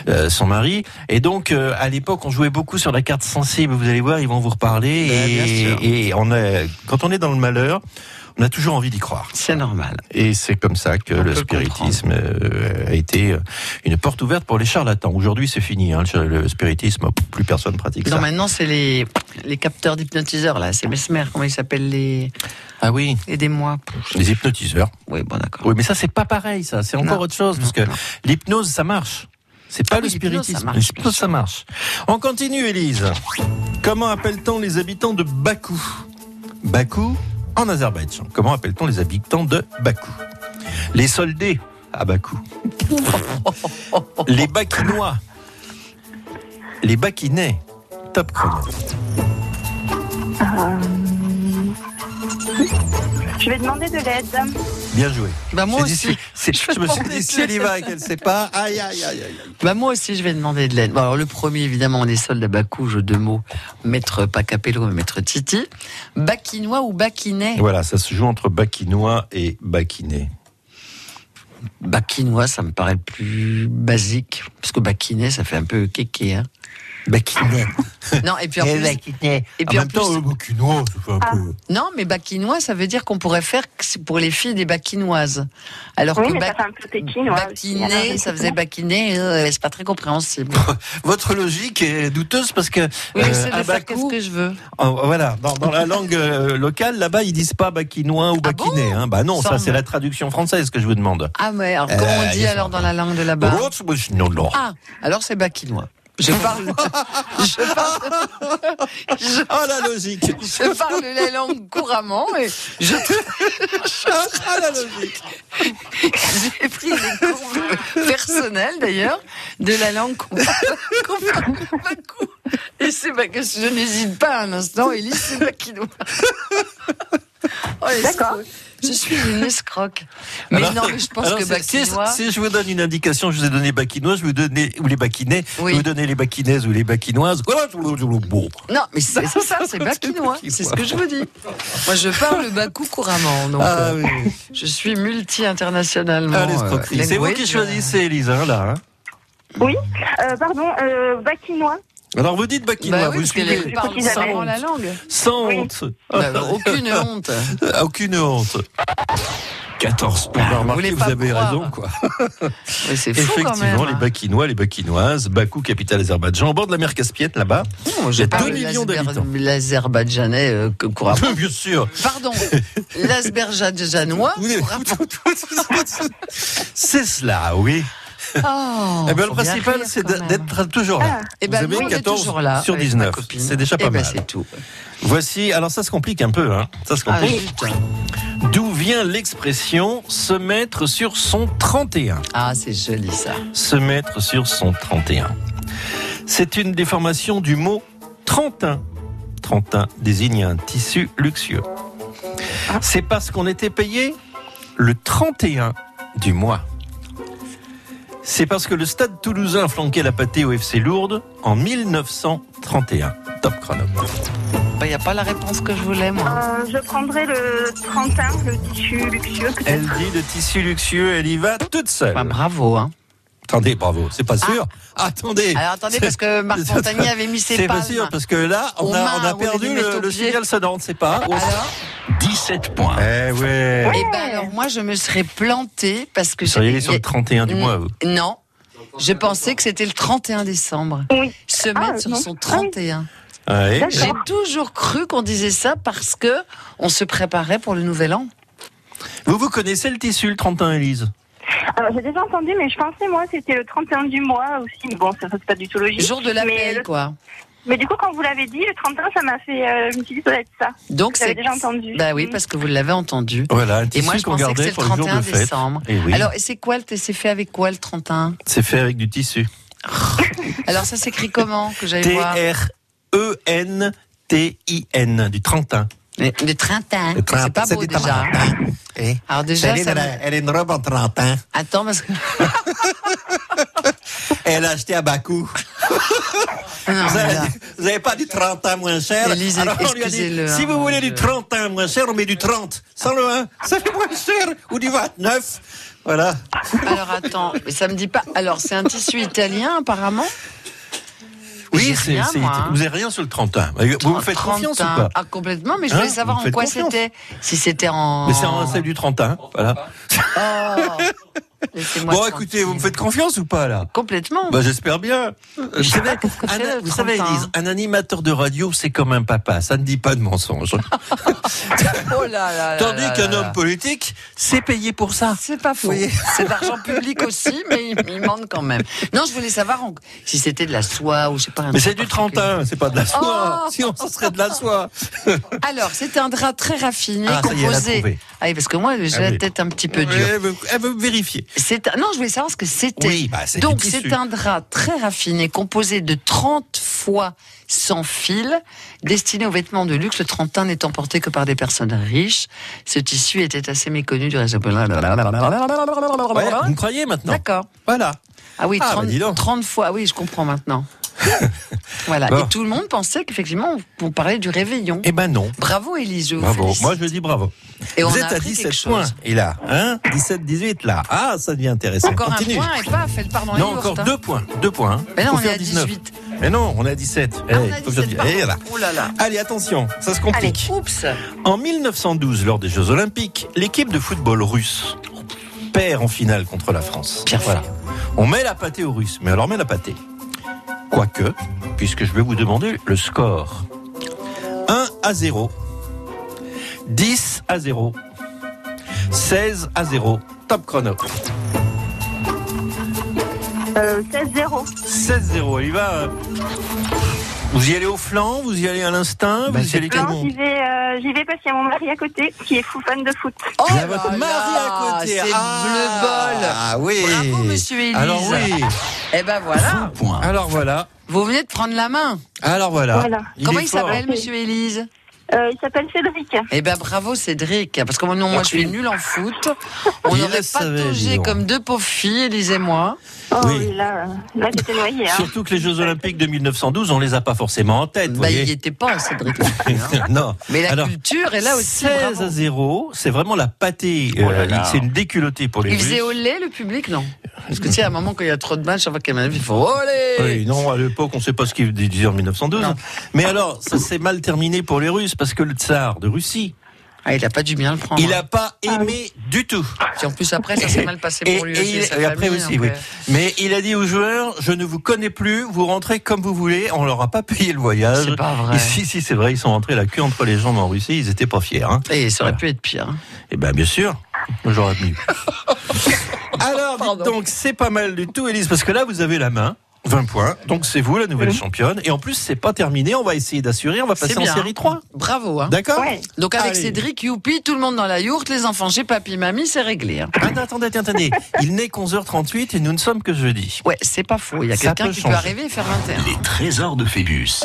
[SPEAKER 4] euh, son mari. Et donc euh, à l'époque, on jouait beaucoup sur la carte sensible. Vous allez voir, ils vont vous reparler.
[SPEAKER 5] Ben, bien sûr.
[SPEAKER 4] et, et on est quand on est dans le malheur, on a toujours envie d'y croire.
[SPEAKER 5] C'est normal.
[SPEAKER 4] Et c'est comme ça que
[SPEAKER 5] On
[SPEAKER 4] le
[SPEAKER 5] peut
[SPEAKER 4] spiritisme euh, a été euh, une porte ouverte pour les charlatans. Aujourd'hui, c'est fini. hein, le le spiritisme, plus personne pratique
[SPEAKER 5] Non,
[SPEAKER 4] ça.
[SPEAKER 5] maintenant, c'est les, les capteurs d'hypnotiseurs, là. C'est Mesmer, comment ils s'appellent les.
[SPEAKER 4] Ah oui,
[SPEAKER 5] Aidez-moi.
[SPEAKER 4] les hypnotiseurs.
[SPEAKER 5] Oui, bon, d'accord.
[SPEAKER 4] Oui, mais ça, c'est pas pareil, ça. C'est encore
[SPEAKER 5] Non.
[SPEAKER 4] autre chose, parce que
[SPEAKER 5] Non, non.
[SPEAKER 4] l'hypnose, ça marche. C'est pas
[SPEAKER 5] Ah
[SPEAKER 4] le
[SPEAKER 5] oui, l'hypnose, ça
[SPEAKER 4] spiritisme.
[SPEAKER 5] marche, bien
[SPEAKER 4] L'hypnose,
[SPEAKER 5] sûr.
[SPEAKER 4] ça marche. On continue, Élise. Comment appelle-t-on les habitants de Bakou Bakou, en Azerbaïdjan. Comment appelle-t-on les habitants de Bakou Les soldés à Bakou. les Bakinois. Les Bakinais. Top chrono.
[SPEAKER 6] Je vais demander de l'aide.
[SPEAKER 4] Bien joué.
[SPEAKER 5] Bah, moi
[SPEAKER 4] J'ai dit,
[SPEAKER 5] aussi.
[SPEAKER 4] c'est-
[SPEAKER 5] Je vais
[SPEAKER 4] je me suis
[SPEAKER 5] demander
[SPEAKER 4] dit,
[SPEAKER 5] de
[SPEAKER 4] si elle y va et qu'elle ne sait pas, aïe, aïe, aïe, aïe.
[SPEAKER 5] Bah moi aussi, je vais demander de l'aide. Bon, alors le premier, évidemment, on est soldes à Bakou, jeu de mots, maître Pacapello et maître Titi. Bakinois ou Bakinet
[SPEAKER 4] Voilà, ça se joue entre Bakinois et Bakiné.
[SPEAKER 5] Bakinois, ça me paraît le plus basique, parce que Bakinet, ça fait un peu kéké. Hein.
[SPEAKER 4] Bakiné.
[SPEAKER 5] Non, et puis en plus, et puis Euh, en euh, plus-
[SPEAKER 4] Bakinois, c'est un peu.
[SPEAKER 5] non, mais Bakinois, ça veut dire qu'on pourrait faire que c'est pour les filles des Bakinoises. Alors
[SPEAKER 6] Oui,
[SPEAKER 5] que
[SPEAKER 6] mais
[SPEAKER 5] Ba-
[SPEAKER 6] ça fait un peu pékin. ouais, aussi. Alors, je
[SPEAKER 5] Bakinet,
[SPEAKER 6] ne
[SPEAKER 5] ça
[SPEAKER 6] sais
[SPEAKER 5] faisait
[SPEAKER 6] pas.
[SPEAKER 5] Bakinet, euh, c'est pas très compréhensible.
[SPEAKER 4] Votre logique est douteuse parce que.
[SPEAKER 5] Oui,
[SPEAKER 4] euh,
[SPEAKER 5] j'essaie
[SPEAKER 4] à
[SPEAKER 5] de faire
[SPEAKER 4] Bakou,
[SPEAKER 5] qu'est-ce que je veux.
[SPEAKER 4] Euh, voilà, dans, dans la langue euh, locale, là-bas, ils disent pas bakinois ou
[SPEAKER 5] Ah bon
[SPEAKER 4] bakiné. hein. Bah non, ça
[SPEAKER 5] Semble.
[SPEAKER 4] c'est la traduction française que je vous demande.
[SPEAKER 5] Ah mais alors comment
[SPEAKER 4] Euh,
[SPEAKER 5] on dit
[SPEAKER 4] ils sont-
[SPEAKER 5] alors dans la langue de là-bas
[SPEAKER 4] Non, non.
[SPEAKER 5] Bah. Ah, alors c'est bakinois. Je parle, je parle, je,
[SPEAKER 4] Ah la logique
[SPEAKER 5] je parle la langue couramment et je,
[SPEAKER 4] Ah la logique
[SPEAKER 5] j'ai pris des cours personnels d'ailleurs de la langue qu'on qu'on parle bakou. Et c'est ba- que je n'hésite pas un instant, Elise, c'est bakinois. Oh, les
[SPEAKER 6] D'accord.
[SPEAKER 5] escrocs. Je suis une escroque. Mais
[SPEAKER 4] Alors-
[SPEAKER 5] non, mais je pense
[SPEAKER 4] Alors,
[SPEAKER 5] que
[SPEAKER 4] c'est- c'est-
[SPEAKER 5] bakinois.
[SPEAKER 4] Si je vous donne une indication, je vous ai donné bakinois, je vous donnais ou les bakinais,
[SPEAKER 5] Oui.
[SPEAKER 4] je vous donnais les bakinaises ou les bakinoises. Voilà, tout le- tout le- bon.
[SPEAKER 5] Non, mais c'est c'est ça, c'est bakinois.
[SPEAKER 4] bakinois.
[SPEAKER 5] C'est ce que je vous dis. Moi, je parle le bakou couramment. Donc,
[SPEAKER 4] Ah
[SPEAKER 5] euh,
[SPEAKER 4] oui, oui.
[SPEAKER 5] je suis multi-internationalement.
[SPEAKER 4] Ah,
[SPEAKER 5] euh,
[SPEAKER 4] l'escroquerie. c'est vous
[SPEAKER 5] language,
[SPEAKER 4] qui choisissez, Elisa, là. hein.
[SPEAKER 6] Oui, euh, pardon, euh, bakinois.
[SPEAKER 4] Alors vous dites
[SPEAKER 5] euh,
[SPEAKER 4] bakinois,
[SPEAKER 5] Bah oui,
[SPEAKER 4] vous
[SPEAKER 5] parce qu'elle
[SPEAKER 4] suivez.
[SPEAKER 5] parle
[SPEAKER 6] Ils avaient-
[SPEAKER 5] sans la langue.
[SPEAKER 4] Sans
[SPEAKER 6] Oui.
[SPEAKER 4] honte.
[SPEAKER 5] Bah, bah, aucune honte.
[SPEAKER 4] Aucune honte.
[SPEAKER 1] 14 points.
[SPEAKER 4] Bah,
[SPEAKER 5] Ah, voulez
[SPEAKER 4] remarquez, vous
[SPEAKER 5] pas
[SPEAKER 4] avez
[SPEAKER 5] croire.
[SPEAKER 4] raison, quoi.
[SPEAKER 5] Mais c'est fou quand même. hein.
[SPEAKER 4] Effectivement, les Bakinois, les Bakinoises, Bakou, capitale azerbaïdjan, au bord de la mer Caspienne, là-bas.
[SPEAKER 5] Bon,
[SPEAKER 4] il y
[SPEAKER 5] je
[SPEAKER 4] a
[SPEAKER 5] parle
[SPEAKER 4] 2 millions
[SPEAKER 5] l'azerba-
[SPEAKER 4] d'habitants.
[SPEAKER 5] L'azerbaïdjanais euh, que couramment.
[SPEAKER 4] Bien sûr.
[SPEAKER 5] Pardon, l'azerbaïdjanois.
[SPEAKER 4] Oui.
[SPEAKER 5] couramment.
[SPEAKER 4] C'est cela, oui.
[SPEAKER 5] Oh,
[SPEAKER 4] Eh ben, le
[SPEAKER 5] faut bien
[SPEAKER 4] principal,
[SPEAKER 5] rire,
[SPEAKER 4] c'est
[SPEAKER 5] quand même.
[SPEAKER 4] d'être toujours là.
[SPEAKER 5] Eh ben,
[SPEAKER 4] Vous
[SPEAKER 5] nous,
[SPEAKER 4] avez
[SPEAKER 5] on est
[SPEAKER 4] 14
[SPEAKER 5] toujours là
[SPEAKER 4] sur
[SPEAKER 5] avec ma
[SPEAKER 4] 19.
[SPEAKER 5] copine.
[SPEAKER 4] C'est déjà pas
[SPEAKER 5] Eh ben,
[SPEAKER 4] mal.
[SPEAKER 5] c'est tout.
[SPEAKER 4] Voici, alors ça se complique un peu, hein. Ça se
[SPEAKER 5] Ah,
[SPEAKER 4] complique.
[SPEAKER 5] zut.
[SPEAKER 4] D'où vient l'expression se mettre sur son 31
[SPEAKER 5] Ah, c'est joli ça.
[SPEAKER 4] Se mettre sur son 31. C'est une déformation du mot trentin. Trentin désigne un tissu luxueux. C'est parce qu'on était payé le 31 du mois. C'est parce que le stade toulousain flanquait la pâtée au FC Lourdes en 1931. Top chrono.
[SPEAKER 5] Il n'y Bah, a pas la réponse que je voulais, moi.
[SPEAKER 6] Euh, je prendrai le 31, le tissu luxueux. peut-être.
[SPEAKER 4] Elle dit le tissu luxueux, elle y va toute seule.
[SPEAKER 5] Bah, bravo, hein.
[SPEAKER 4] Attendez, bravo, c'est pas sûr. Attendez.
[SPEAKER 5] Alors attendez,
[SPEAKER 4] C'est-
[SPEAKER 5] parce que Marc
[SPEAKER 4] c'est-
[SPEAKER 5] Montagny avait mis ses
[SPEAKER 4] C'est pas
[SPEAKER 5] palmes.
[SPEAKER 4] sûr, parce que là, on,
[SPEAKER 5] Aux
[SPEAKER 4] a,
[SPEAKER 5] mains,
[SPEAKER 4] on a
[SPEAKER 5] on
[SPEAKER 4] perdu
[SPEAKER 5] les met
[SPEAKER 4] le,
[SPEAKER 5] au
[SPEAKER 4] le
[SPEAKER 5] pied.
[SPEAKER 4] signal sonnant, c'est pas. Oh.
[SPEAKER 5] Alors,
[SPEAKER 1] 17 points.
[SPEAKER 4] Eh ouais.
[SPEAKER 5] eh ben alors moi je me serais plantée parce que
[SPEAKER 4] Vous seriez allé
[SPEAKER 5] j'ai
[SPEAKER 4] sur le 31 du
[SPEAKER 5] Mm.
[SPEAKER 4] mois, vous.
[SPEAKER 5] non, je pensais que c'était le 31 décembre.
[SPEAKER 6] Oui.
[SPEAKER 5] Se
[SPEAKER 6] Ah,
[SPEAKER 5] mettre sur
[SPEAKER 6] non.
[SPEAKER 5] son 31.
[SPEAKER 4] Ouais.
[SPEAKER 5] J'ai toujours cru qu'on disait ça parce que on se préparait pour le nouvel an.
[SPEAKER 4] Vous, vous connaissez le tissu, le 31, Elise
[SPEAKER 6] Alors, j'ai déjà entendu, mais je pensais, moi, c'était le 31 du mois aussi. Mais Bon, ça, ça, c'est pas du tout logique.
[SPEAKER 5] Jour de la
[SPEAKER 6] mais
[SPEAKER 5] paix,
[SPEAKER 6] le-
[SPEAKER 5] quoi.
[SPEAKER 6] Mais du coup, quand vous l'avez dit, le 31, ça m'a fait euh, une petite idée de ça.
[SPEAKER 5] Donc
[SPEAKER 6] Vous l'avez
[SPEAKER 5] c'est
[SPEAKER 6] déjà entendu.
[SPEAKER 5] Bah oui, parce que vous l'avez entendu.
[SPEAKER 4] Voilà, un
[SPEAKER 5] Et
[SPEAKER 4] tissu
[SPEAKER 5] moi je
[SPEAKER 4] qu'on
[SPEAKER 5] pensais que
[SPEAKER 4] gardait
[SPEAKER 5] c'était le
[SPEAKER 4] pour le jour
[SPEAKER 5] 31
[SPEAKER 4] de fête.
[SPEAKER 5] décembre.
[SPEAKER 4] Eh oui.
[SPEAKER 5] Alors, et c'est quoi le c'est fait avec quoi le 31
[SPEAKER 4] c'est fait avec du tissu.
[SPEAKER 5] Alors ça s'écrit comment que j'aille voir
[SPEAKER 4] E T-R-E-N-T-I-N, du 31.
[SPEAKER 5] Les, les trentins.
[SPEAKER 4] Les trentins,
[SPEAKER 5] Hein, C'est pas
[SPEAKER 4] c'est
[SPEAKER 5] beau
[SPEAKER 4] des
[SPEAKER 5] déjà.
[SPEAKER 4] trentins. Eh.
[SPEAKER 5] Alors déjà, ça me-
[SPEAKER 4] a une robe en 31.
[SPEAKER 5] attends parce que
[SPEAKER 4] Elle a acheté à Bakou.
[SPEAKER 5] non,
[SPEAKER 4] Vous avez-
[SPEAKER 5] là.
[SPEAKER 4] vous avez pas du 30 ans moins cher
[SPEAKER 5] Élise,
[SPEAKER 4] Alors on lui a
[SPEAKER 5] excusez-le,
[SPEAKER 4] dit, si
[SPEAKER 5] hein,
[SPEAKER 4] vous
[SPEAKER 5] mon
[SPEAKER 4] voulez du
[SPEAKER 5] Dieu.
[SPEAKER 4] 30 ans moins cher, on met du 30. Sans le 1, ça fait moins cher. Ou du 29. Voilà.
[SPEAKER 5] Ah, alors attends, mais ça me dit pas. Alors c'est un tissu italien apparemment. J'ai
[SPEAKER 4] c'est-
[SPEAKER 5] rien,
[SPEAKER 4] c'est-
[SPEAKER 5] moi, hein.
[SPEAKER 4] vous n'avez rien sur le 30 ans. Vous vous faites confiance ou
[SPEAKER 5] Trentin.
[SPEAKER 4] pas
[SPEAKER 5] Ah complètement, mais je
[SPEAKER 4] Hein
[SPEAKER 5] voulais savoir
[SPEAKER 4] Vous
[SPEAKER 5] en
[SPEAKER 4] faites
[SPEAKER 5] quoi
[SPEAKER 4] confiance
[SPEAKER 5] c'était. Si c'était en.
[SPEAKER 4] mais c'est un celle du 30 ans, voilà.
[SPEAKER 5] Oh. Laissez-moi.
[SPEAKER 4] Bon,
[SPEAKER 5] tranquille.
[SPEAKER 4] écoutez, vous me faites confiance ou pas là
[SPEAKER 5] Complètement.
[SPEAKER 4] bah, j'espère bien. Vous
[SPEAKER 5] sais
[SPEAKER 4] savez,
[SPEAKER 5] pas qu'est-ce que
[SPEAKER 4] un-
[SPEAKER 5] c'est, le
[SPEAKER 4] vous savez,
[SPEAKER 5] 30 ans.
[SPEAKER 4] Élise, un animateur de radio, c'est comme un papa. Ça ne dit pas de mensonge.
[SPEAKER 5] oh là là. là
[SPEAKER 4] Tandis
[SPEAKER 5] là
[SPEAKER 4] qu'un
[SPEAKER 5] Euh, là
[SPEAKER 4] homme
[SPEAKER 5] là.
[SPEAKER 4] politique, c'est payé pour ça.
[SPEAKER 5] C'est pas faux.
[SPEAKER 4] Oui.
[SPEAKER 5] C'est d'argent public aussi, mais il, il manque quand même. Non, je voulais savoir en- si c'était de la soie ou je sais pas. un
[SPEAKER 4] Mais
[SPEAKER 5] truc
[SPEAKER 4] c'est du 30
[SPEAKER 5] particulier.
[SPEAKER 4] ans, c'est pas de la soie.
[SPEAKER 5] Oh
[SPEAKER 4] si on ce serait de la soie.
[SPEAKER 5] Alors, c'est un drap très raffiné,
[SPEAKER 4] Ah, ça y est, elle a
[SPEAKER 5] composé.
[SPEAKER 4] trouvé.
[SPEAKER 5] Ah oui, parce que moi, j'ai
[SPEAKER 4] Ah
[SPEAKER 5] la
[SPEAKER 4] oui.
[SPEAKER 5] tête un petit peu
[SPEAKER 4] Ouais,
[SPEAKER 5] dure.
[SPEAKER 4] Elle veut, elle veut vérifier.
[SPEAKER 5] C'est un- Non, je voulais savoir ce que c'était.
[SPEAKER 4] Oui, bah, c'est du
[SPEAKER 5] Donc,
[SPEAKER 4] tissu.
[SPEAKER 5] c'est un drap très raffiné, composé de 30 fois sans fil, destiné aux vêtements de luxe, le 31 n'étant porté que par des personnes riches. Ce tissu était assez méconnu du réseau.
[SPEAKER 4] Ouais, vous me croyez maintenant
[SPEAKER 5] D'accord.
[SPEAKER 4] Voilà.
[SPEAKER 5] Ah oui,
[SPEAKER 4] Ah,
[SPEAKER 5] 30,
[SPEAKER 4] bah, dis donc.
[SPEAKER 5] 30 fois. Ah oui, je comprends maintenant. voilà.
[SPEAKER 4] Bon.
[SPEAKER 5] Et tout le monde pensait qu'effectivement, on parlait du réveillon.
[SPEAKER 4] Eh ben non.
[SPEAKER 5] Bravo, Élise. je vous
[SPEAKER 4] Bravo.
[SPEAKER 5] félicite.
[SPEAKER 4] Moi, je dis bravo.
[SPEAKER 5] Et on
[SPEAKER 4] vous
[SPEAKER 5] a
[SPEAKER 4] êtes à
[SPEAKER 5] appris quelque
[SPEAKER 4] 17
[SPEAKER 5] chose.
[SPEAKER 4] points. Et là, hein 17, 18 là. Ah, ça devient intéressant.
[SPEAKER 5] Encore
[SPEAKER 4] Continue.
[SPEAKER 5] un point et paf, elle part dans les
[SPEAKER 4] Non,
[SPEAKER 5] yourtes,
[SPEAKER 4] encore
[SPEAKER 5] hein.
[SPEAKER 4] deux points. Deux points. hein.
[SPEAKER 5] Mais non,
[SPEAKER 4] Faut
[SPEAKER 5] on est
[SPEAKER 4] faire
[SPEAKER 5] à
[SPEAKER 4] 19.
[SPEAKER 5] 18.
[SPEAKER 4] Mais non, on est à 17. Eh,
[SPEAKER 5] Ah, on a
[SPEAKER 4] faut que je
[SPEAKER 5] 17,
[SPEAKER 4] dise-
[SPEAKER 5] pardon.
[SPEAKER 4] Eh, voilà.
[SPEAKER 5] Oh là là.
[SPEAKER 4] Allez, attention, ça
[SPEAKER 5] Allez,
[SPEAKER 4] se complique.
[SPEAKER 5] oups.
[SPEAKER 4] En 1912, lors des Jeux Olympiques, l'équipe de football russe perd en finale contre la France.
[SPEAKER 5] Bien
[SPEAKER 4] voilà. On met la pâtée aux Russes, mais alors on met la pâtée. Quoique, puisque je vais vous demander le score 1 à 0, 10 à 0, 16 à 0, top chrono.
[SPEAKER 6] Euh, 16-0.
[SPEAKER 4] 16-0, il va. euh, Vous y allez au flanc, vous y allez à l'instinct,
[SPEAKER 5] Bah,
[SPEAKER 4] vous y
[SPEAKER 5] c'est
[SPEAKER 4] allez
[SPEAKER 5] plein.
[SPEAKER 6] Non,
[SPEAKER 4] comment
[SPEAKER 6] j'y vais, euh, j'y vais parce qu'il y a mon mari à côté qui est fou fan de foot.
[SPEAKER 5] Oh
[SPEAKER 4] Il y
[SPEAKER 5] là
[SPEAKER 4] a votre
[SPEAKER 5] là,
[SPEAKER 4] mari à côté.
[SPEAKER 5] C'est
[SPEAKER 4] ah,
[SPEAKER 5] le bol.
[SPEAKER 4] Ah oui.
[SPEAKER 5] Bravo, monsieur Élise.
[SPEAKER 4] Alors oui.
[SPEAKER 5] Eh ben voilà,
[SPEAKER 1] Point.
[SPEAKER 4] Alors voilà.
[SPEAKER 5] vous venez de prendre la main.
[SPEAKER 4] Alors
[SPEAKER 5] Ah.
[SPEAKER 4] voilà.
[SPEAKER 6] Voilà.
[SPEAKER 5] Comment
[SPEAKER 4] est
[SPEAKER 5] il
[SPEAKER 4] fort.
[SPEAKER 5] s'appelle, monsieur Élise
[SPEAKER 6] Euh, il s'appelle Cédric.
[SPEAKER 5] Eh ben bravo, Cédric. Parce que moi, non, moi, je suis nulle en foot. On
[SPEAKER 4] Il
[SPEAKER 5] n'aurait
[SPEAKER 4] le
[SPEAKER 5] pas
[SPEAKER 4] savait, dis
[SPEAKER 5] dogé
[SPEAKER 4] donc.
[SPEAKER 5] comme deux pauvres filles, Élise et moi.
[SPEAKER 6] Oh,
[SPEAKER 4] Oui.
[SPEAKER 6] oui, là, euh, là j'étais noyée. Hein.
[SPEAKER 4] Surtout que les Jeux Olympiques de 1912, on les a pas forcément en tête. vous
[SPEAKER 5] Bah, il n'y
[SPEAKER 4] voyez.
[SPEAKER 5] était pas, Cédric. hein.
[SPEAKER 4] non.
[SPEAKER 5] Mais la
[SPEAKER 4] Alors,
[SPEAKER 5] culture est là aussi.
[SPEAKER 4] 16
[SPEAKER 5] bravo.
[SPEAKER 4] à 0, c'est vraiment la pâtée.
[SPEAKER 5] Oh
[SPEAKER 4] euh, c'est une déculottée pour les
[SPEAKER 5] Il
[SPEAKER 4] Russes.
[SPEAKER 5] faisait olé le public, non Parce que tu sais, à un moment, quand il y a trop de matchs, chaque fois qu'il y a un match, il faut olé
[SPEAKER 4] Oui, non, à l'époque, on ne sait pas ce qu'il disait en 1912.
[SPEAKER 5] Non.
[SPEAKER 4] Mais alors, ça s'est mal terminé pour les Russes parce que le tsar de Russie,
[SPEAKER 5] Ah, il a pas dû bien le prendre.
[SPEAKER 4] il n'a pas aimé du tout.
[SPEAKER 5] Puis en plus, après, ça s'est mal passé
[SPEAKER 4] Et,
[SPEAKER 5] Ah, pour lui
[SPEAKER 4] et
[SPEAKER 5] aussi.
[SPEAKER 4] il-
[SPEAKER 5] et sa
[SPEAKER 4] et après
[SPEAKER 5] famille,
[SPEAKER 4] aussi,
[SPEAKER 5] donc,
[SPEAKER 4] oui.
[SPEAKER 5] euh,
[SPEAKER 4] Mais il a dit aux joueurs Je ne vous connais plus, vous rentrez comme vous voulez, on leur a pas payé le voyage.
[SPEAKER 5] C'est pas vrai.
[SPEAKER 4] Et si, si, c'est vrai, ils sont rentrés la queue entre les jambes en Russie, ils étaient pas fiers. Hein.
[SPEAKER 5] Et ça aurait
[SPEAKER 4] Voilà.
[SPEAKER 5] pu être pire. hein.
[SPEAKER 4] Eh bien, bien sûr, j'aurais tenu. Alors, dites
[SPEAKER 5] Pardon.
[SPEAKER 4] donc, c'est pas mal du tout, Élise, parce que là, vous avez la main. 20 points. Donc, c'est vous, la nouvelle championne. Et en plus, c'est pas terminé. On va essayer d'assurer. On va passer
[SPEAKER 5] C'est
[SPEAKER 4] en
[SPEAKER 5] bien.
[SPEAKER 4] série 3.
[SPEAKER 5] Bravo. Hein.
[SPEAKER 4] D'accord
[SPEAKER 6] Ouais.
[SPEAKER 5] Donc avec
[SPEAKER 4] Allez.
[SPEAKER 5] Cédric, youpi, tout le monde dans la yourte, les enfants chez papy, mamie, c'est réglé. hein.
[SPEAKER 4] Attendez, Ah, attendez, attendez. Il n'est qu'11h38 et nous ne sommes que jeudi.
[SPEAKER 5] Ouais, c'est pas faux. Il y a
[SPEAKER 4] Ça
[SPEAKER 5] quelqu'un
[SPEAKER 4] peut
[SPEAKER 5] qui
[SPEAKER 4] changer.
[SPEAKER 5] peut arriver et faire 21.
[SPEAKER 1] Les trésors de Phébus.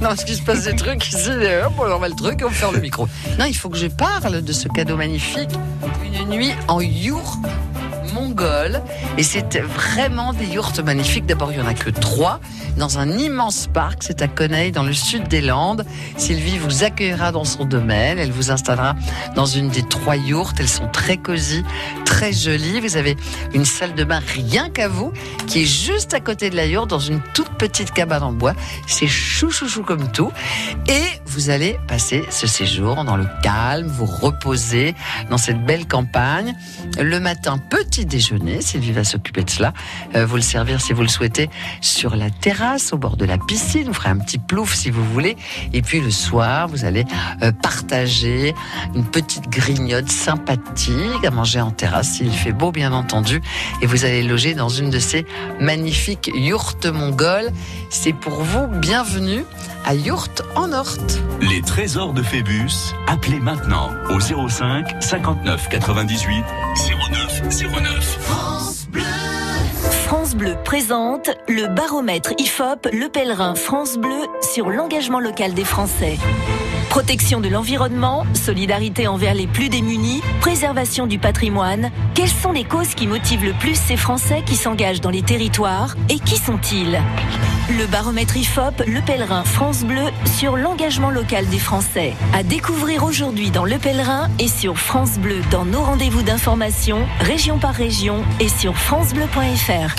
[SPEAKER 5] Non, parce qu'il se passe des trucs ici. et hop, on enlève le truc et on ferme le micro. Non, il faut que je parle de ce cadeau magnifique. Une nuit en yourte mongole. Et c'était vraiment des yourtes magnifiques. D'abord, il n'y en a que trois. Dans un immense parc, c'est à Coneille, dans le sud des Landes. Sylvie vous accueillera dans son domaine. Elle vous installera dans une des trois yourtes. Elles sont très cosy, très jolies. Vous avez une salle de bain rien qu'à vous, qui est juste à côté de la yourte, dans une toute petite cabane en bois. C'est chou chou chou comme tout. Et vous allez passer ce séjour dans le calme, vous reposer dans cette belle campagne. Le matin, petit déjeuner, Sylvie va s'occuper de cela. Euh, vous le servir si vous le souhaitez sur la terrasse, au bord de la piscine. Vous ferez un petit plouf si vous voulez. Et puis le soir, vous allez euh, partager une petite grignote sympathique à manger en terrasse s'il fait beau, bien entendu. Et vous allez loger dans une de ces magnifiques yourtes mongoles. C'est pour vous, bienvenue à Yourte en Orte.
[SPEAKER 1] Les trésors de Phébus. Appelez maintenant au 05 59 98 09 09.
[SPEAKER 11] France Bleu présente le baromètre IFOP Le Pèlerin France Bleu sur l'engagement local des Français. Protection de l'environnement, solidarité envers les plus démunis, préservation du patrimoine, quelles sont les causes qui motivent le plus ces Français qui s'engagent dans les territoires et qui sont-ils Le baromètre IFOP Le Pèlerin France Bleu sur l'engagement local des Français. À découvrir aujourd'hui dans Le Pèlerin et sur France Bleu dans nos rendez-vous d'information, région par région et sur francebleu.fr.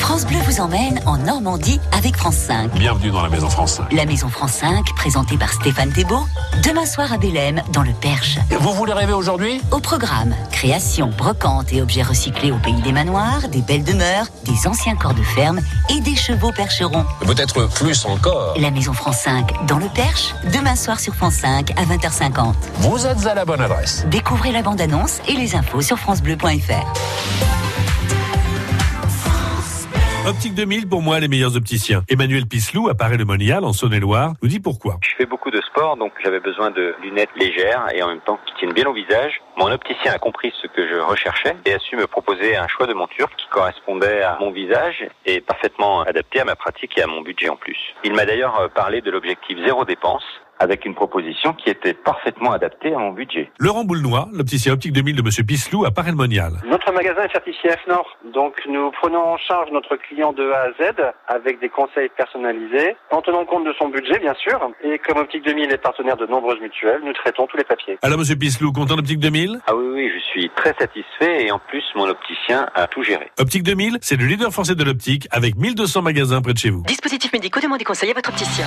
[SPEAKER 12] France Bleu vous emmène en Normandie avec France 5.
[SPEAKER 7] Bienvenue dans la Maison France.
[SPEAKER 12] La Maison France 5, présentée par Stéphane Thébault, demain soir à Bélème, dans le Perche.
[SPEAKER 13] Vous voulez rêver aujourd'hui
[SPEAKER 12] Au programme, création, brocante et objets recyclés au pays des manoirs, des belles demeures, des anciens corps de ferme et des chevaux percherons.
[SPEAKER 13] Peut-être plus encore.
[SPEAKER 12] La Maison France 5, dans le Perche, demain soir sur France 5 à 20h50.
[SPEAKER 13] Vous êtes à la bonne adresse.
[SPEAKER 12] Découvrez la bande-annonce et les infos sur FranceBleu.fr.
[SPEAKER 14] Optique 2000, pour moi, les meilleurs opticiens. Emmanuel Pislou, à Paris-le-Monial, en Saône-et-Loire, nous dit pourquoi.
[SPEAKER 15] Je fais beaucoup de sport, donc j'avais besoin de lunettes légères et en même temps qui tiennent bien au visage. Mon opticien a compris ce que je recherchais et a su me proposer un choix de monture qui correspondait à mon visage et parfaitement adapté à ma pratique et à mon budget en plus. Il m'a d'ailleurs parlé de l'objectif zéro dépense avec une proposition qui était parfaitement adaptée à mon budget.
[SPEAKER 14] Laurent Boulnois, l'opticien optique 2000 de Monsieur Pislou, à Paris-le-Monial.
[SPEAKER 16] Notre magasin est certifié FNOR, donc nous prenons en charge notre client de A à Z avec des conseils personnalisés, en tenant compte de son budget bien sûr, et comme Optique 2000 est partenaire de nombreuses mutuelles, nous traitons tous les papiers.
[SPEAKER 14] Alors, Monsieur Pislou, content d'optique 2000
[SPEAKER 15] Ah oui, oui, je suis très satisfait et en plus, mon opticien a tout géré.
[SPEAKER 14] Optique 2000, c'est le leader français de l'optique avec 1200 magasins près de chez vous.
[SPEAKER 11] Dispositifs médicaux, demandez conseil à votre opticien.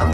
[SPEAKER 13] I'm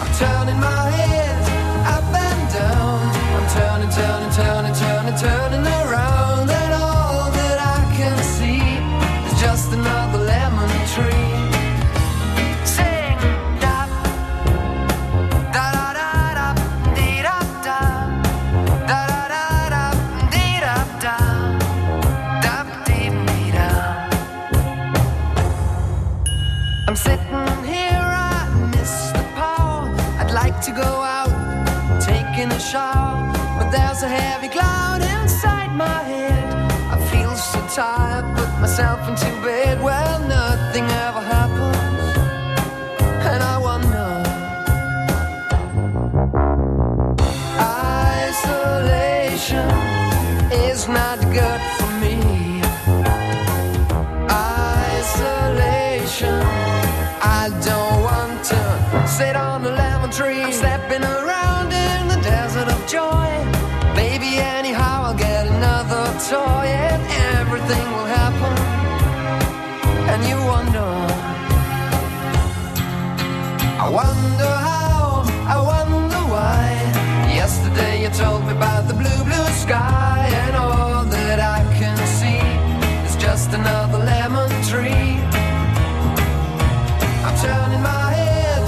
[SPEAKER 13] I'm turning my head up and down. I'm turning, turning, turning, turning, turning around, and all that I can see is just another lemon tree. Sing da da da da da dee da da da da da da dee da da da dee dee da. I'm sitting here, I miss the power. I'd like to go out, taking a shower, but there's a heavy cloud inside my head. I feel so tired, put myself into bed. Well, nothing ever happens, and I wonder. Isolation is not good for me. Isolation. I don't want to sit on a lemon tree. I'm stepping around in the desert of joy. Baby, anyhow, I'll get another toy and everything will happen. And you wonder. I wonder how, I wonder why. Yesterday you told me about the blue, blue sky, and all that I can see is just another lemon tree. I'm turning my head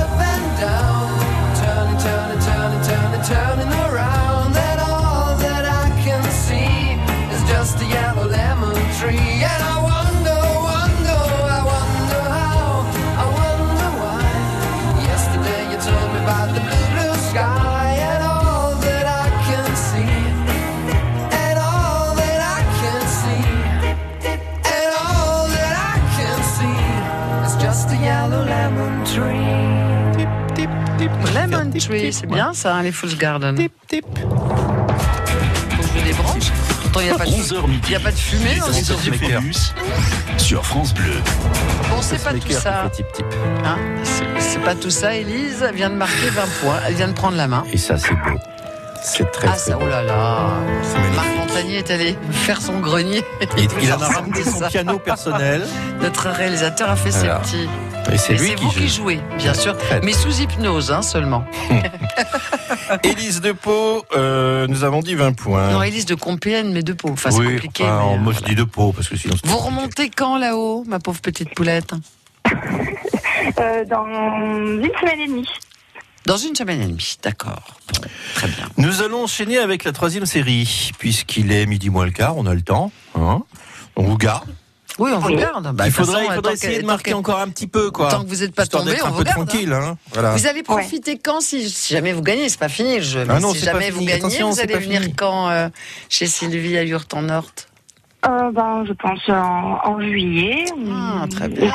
[SPEAKER 13] up and down. I'm turning, turning, turning, turning, turning around. And all that I can see is just a yellow lemon tree. And I wonder, wonder, I wonder how, I wonder why. Yesterday you told me about the blue, blue sky. And all that I can see, and all that I can see, and all that I can see. It's just a yellow lemon tree.
[SPEAKER 5] Lemon Tree, c'est bien ça, hein, les Fools Garden. Tip, tip. Faut que je débranche. Pourtant, il n'y a pas de fumée. Il n'y a pas de fumée dans les studios.
[SPEAKER 1] sur France Bleu.
[SPEAKER 5] Bon, c'est pas tout ça. Hein, c'est- c'est pas tout ça, Élise. Elle vient de marquer 20 points. Elle vient de prendre la main.
[SPEAKER 17] Et ça, c'est beau. C'est très,
[SPEAKER 5] Ah,
[SPEAKER 17] très
[SPEAKER 5] ça,
[SPEAKER 17] beau.
[SPEAKER 5] oh là là. Marc Montagnier est allé faire son grenier.
[SPEAKER 4] Il- il en a
[SPEAKER 5] Sorti
[SPEAKER 4] ramené son
[SPEAKER 5] ça.
[SPEAKER 4] piano personnel.
[SPEAKER 5] Notre réalisateur a fait ses
[SPEAKER 4] Voilà.
[SPEAKER 5] petits.
[SPEAKER 4] Et c'est lui qui
[SPEAKER 5] vous qui
[SPEAKER 4] joue.
[SPEAKER 5] jouez, bien sûr.
[SPEAKER 4] Très bien.
[SPEAKER 5] Mais sous hypnose hein, seulement.
[SPEAKER 17] Élise de Pau, euh, nous avons dit 20 points.
[SPEAKER 5] Non, Élise de Compiègne, mais de Pau. Enfin, c'est
[SPEAKER 17] oui,
[SPEAKER 5] compliqué.
[SPEAKER 17] enfin,
[SPEAKER 5] mais, euh,
[SPEAKER 17] moi je dis de Pau, parce que sinon c'est-
[SPEAKER 5] Vous remontez quand là-haut, ma pauvre petite poulette
[SPEAKER 6] Euh, dans une semaine et demie.
[SPEAKER 5] Dans une semaine et demie, d'accord.
[SPEAKER 4] Nous allons enchaîner avec la troisième série, puisqu'il est midi moins le quart, on a le temps. hein. on vous garde.
[SPEAKER 5] Oui, on vous garde. Bah,
[SPEAKER 17] il
[SPEAKER 5] de toute
[SPEAKER 17] faudrait,
[SPEAKER 5] façon,
[SPEAKER 17] il faudrait
[SPEAKER 5] tant que-
[SPEAKER 17] essayer de
[SPEAKER 5] tant
[SPEAKER 17] marquer
[SPEAKER 5] que-
[SPEAKER 17] encore un petit peu, quoi.
[SPEAKER 5] Tant que vous n'êtes pas
[SPEAKER 17] Histoire
[SPEAKER 5] tombé,
[SPEAKER 17] d'être
[SPEAKER 5] on
[SPEAKER 17] un
[SPEAKER 5] vous
[SPEAKER 17] peu
[SPEAKER 5] garde,
[SPEAKER 17] tranquille,
[SPEAKER 5] hein.
[SPEAKER 17] hein. Voilà.
[SPEAKER 5] Vous allez profiter quand si, si jamais vous gagnez, c'est pas fini le jeu.
[SPEAKER 17] Ah
[SPEAKER 5] mais
[SPEAKER 17] non,
[SPEAKER 5] si
[SPEAKER 17] c'est pas
[SPEAKER 5] jamais vous
[SPEAKER 17] fini.
[SPEAKER 5] gagnez,
[SPEAKER 17] Attention,
[SPEAKER 5] vous
[SPEAKER 17] c'est
[SPEAKER 5] allez
[SPEAKER 17] pas
[SPEAKER 5] venir
[SPEAKER 17] fini.
[SPEAKER 5] quand euh, chez Sylvie à Yurt-en-Orte
[SPEAKER 6] Euh, ben, je pense en, en juillet.
[SPEAKER 5] Ah,
[SPEAKER 17] Mm.
[SPEAKER 5] très bien.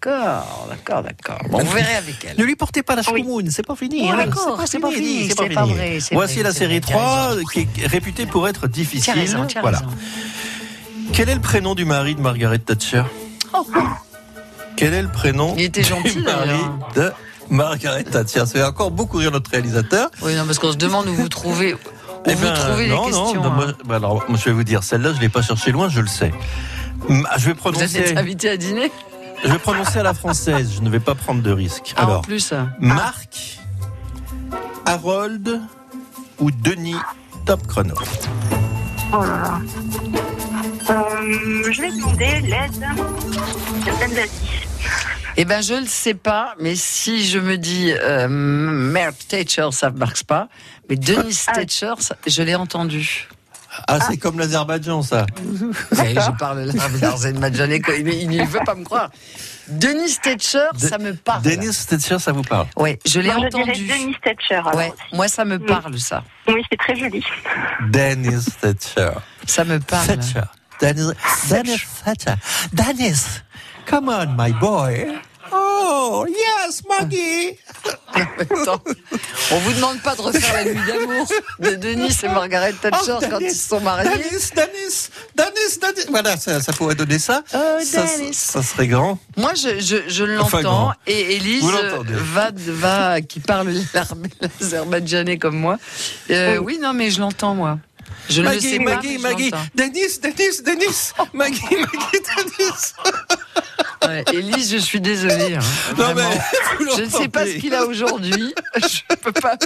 [SPEAKER 5] D'accord, d'accord, d'accord. Bon, on verra avec elle.
[SPEAKER 4] Ne lui portez pas la choumoune, c'est pas fini.
[SPEAKER 5] Oh,
[SPEAKER 4] hein.
[SPEAKER 5] d'accord, c'est pas fini, c'est pas
[SPEAKER 4] fini.
[SPEAKER 5] vrai, c'est
[SPEAKER 4] Voici
[SPEAKER 5] vrai,
[SPEAKER 4] la
[SPEAKER 5] c'est
[SPEAKER 4] série
[SPEAKER 5] vrai, t'as
[SPEAKER 4] 3 qui est réputée pour être difficile.
[SPEAKER 5] T'as raison, t'as
[SPEAKER 4] voilà.
[SPEAKER 5] raison.
[SPEAKER 4] Quel est le prénom du mari de Margaret Thatcher
[SPEAKER 5] Oh,
[SPEAKER 4] Quel est le prénom
[SPEAKER 5] Il était gentil,
[SPEAKER 4] du mari
[SPEAKER 5] d'ailleurs.
[SPEAKER 4] de Margaret Thatcher Ça fait encore beaucoup rire notre réalisateur.
[SPEAKER 5] Oui, non, parce qu'on se demande où vous trouvez, où
[SPEAKER 4] Eh
[SPEAKER 5] vous
[SPEAKER 4] ben,
[SPEAKER 5] trouvez
[SPEAKER 4] non,
[SPEAKER 5] les
[SPEAKER 4] non,
[SPEAKER 5] questions.
[SPEAKER 4] non, moi-
[SPEAKER 5] hein.
[SPEAKER 4] bah alors, moi, je vais vous dire, celle-là, je ne l'ai pas cherchée loin, je le sais. Hum, Je vais
[SPEAKER 5] Vous
[SPEAKER 4] prononcer,
[SPEAKER 5] êtes invité à dîner
[SPEAKER 4] je vais prononcer à la française, je ne vais pas prendre de risque.
[SPEAKER 5] Ah, en
[SPEAKER 4] Alors,
[SPEAKER 5] plus.
[SPEAKER 4] Marc, Harold ou Denis Top chrono.
[SPEAKER 6] Oh là là. Euh, je vais demander l'aide. L'aide d'Asie.
[SPEAKER 5] Eh ben, je le sais pas, mais si je me dis euh, Merck Thatcher, ça ne marche pas. Mais Denise Thatcher, ça- je l'ai entendu.
[SPEAKER 4] Ah, c'est comme l'Azerbaïdjan, ça.
[SPEAKER 5] Vous savez, je parle là, c'est mais il ne veut pas me croire. Denise Thatcher,
[SPEAKER 4] De-
[SPEAKER 5] ça me parle.
[SPEAKER 4] Denis Thatcher, ça vous parle
[SPEAKER 5] Oui, je l'ai
[SPEAKER 6] Moi, je
[SPEAKER 5] entendu.
[SPEAKER 6] dirais Denise Mm. Thatcher. alors.
[SPEAKER 5] Ouais, moi, ça me parle, ça.
[SPEAKER 6] Oui, c'est très joli.
[SPEAKER 4] Dennis Thatcher.
[SPEAKER 5] Ça me parle.
[SPEAKER 4] Thatcher. Dennis, Dennis Thatcher. Dennis, come on, my boy. Oh, yes, Maggie.
[SPEAKER 5] Ah. Attends, on vous demande pas de refaire la nuit d'amour de Denis et Margaret Thatcher
[SPEAKER 4] Oh,
[SPEAKER 5] quand ils se sont mariés.
[SPEAKER 4] Dennis, Dennis, Dennis, Dennis. Voilà, ça, ça pourrait donner ça.
[SPEAKER 5] Oh,
[SPEAKER 4] ça,
[SPEAKER 5] Dennis.
[SPEAKER 4] ça serait grand.
[SPEAKER 5] Moi, je, je, je
[SPEAKER 4] Enfin,
[SPEAKER 5] l'entends
[SPEAKER 4] grand.
[SPEAKER 5] et Élise
[SPEAKER 4] Vous
[SPEAKER 5] euh,
[SPEAKER 4] l'entendez.
[SPEAKER 5] va, va qui parle l'armée azerbaïdjanais comme moi. Euh, oui, non, mais je l'entends moi. Je ne le
[SPEAKER 4] Oh. Maggie,
[SPEAKER 5] sais pas,
[SPEAKER 4] Maggie,
[SPEAKER 5] mais je
[SPEAKER 4] Maggie,
[SPEAKER 5] l'entends.
[SPEAKER 4] Dennis, Dennis, Dennis, Maggie, Maggie, Dennis.
[SPEAKER 5] Ouais, Élise, je suis désolée. hein,
[SPEAKER 4] Non,
[SPEAKER 5] vraiment.
[SPEAKER 4] mais vous
[SPEAKER 5] je ne sais pas ce
[SPEAKER 4] l'entendez.
[SPEAKER 5] qu'il a aujourd'hui. Je peux pas.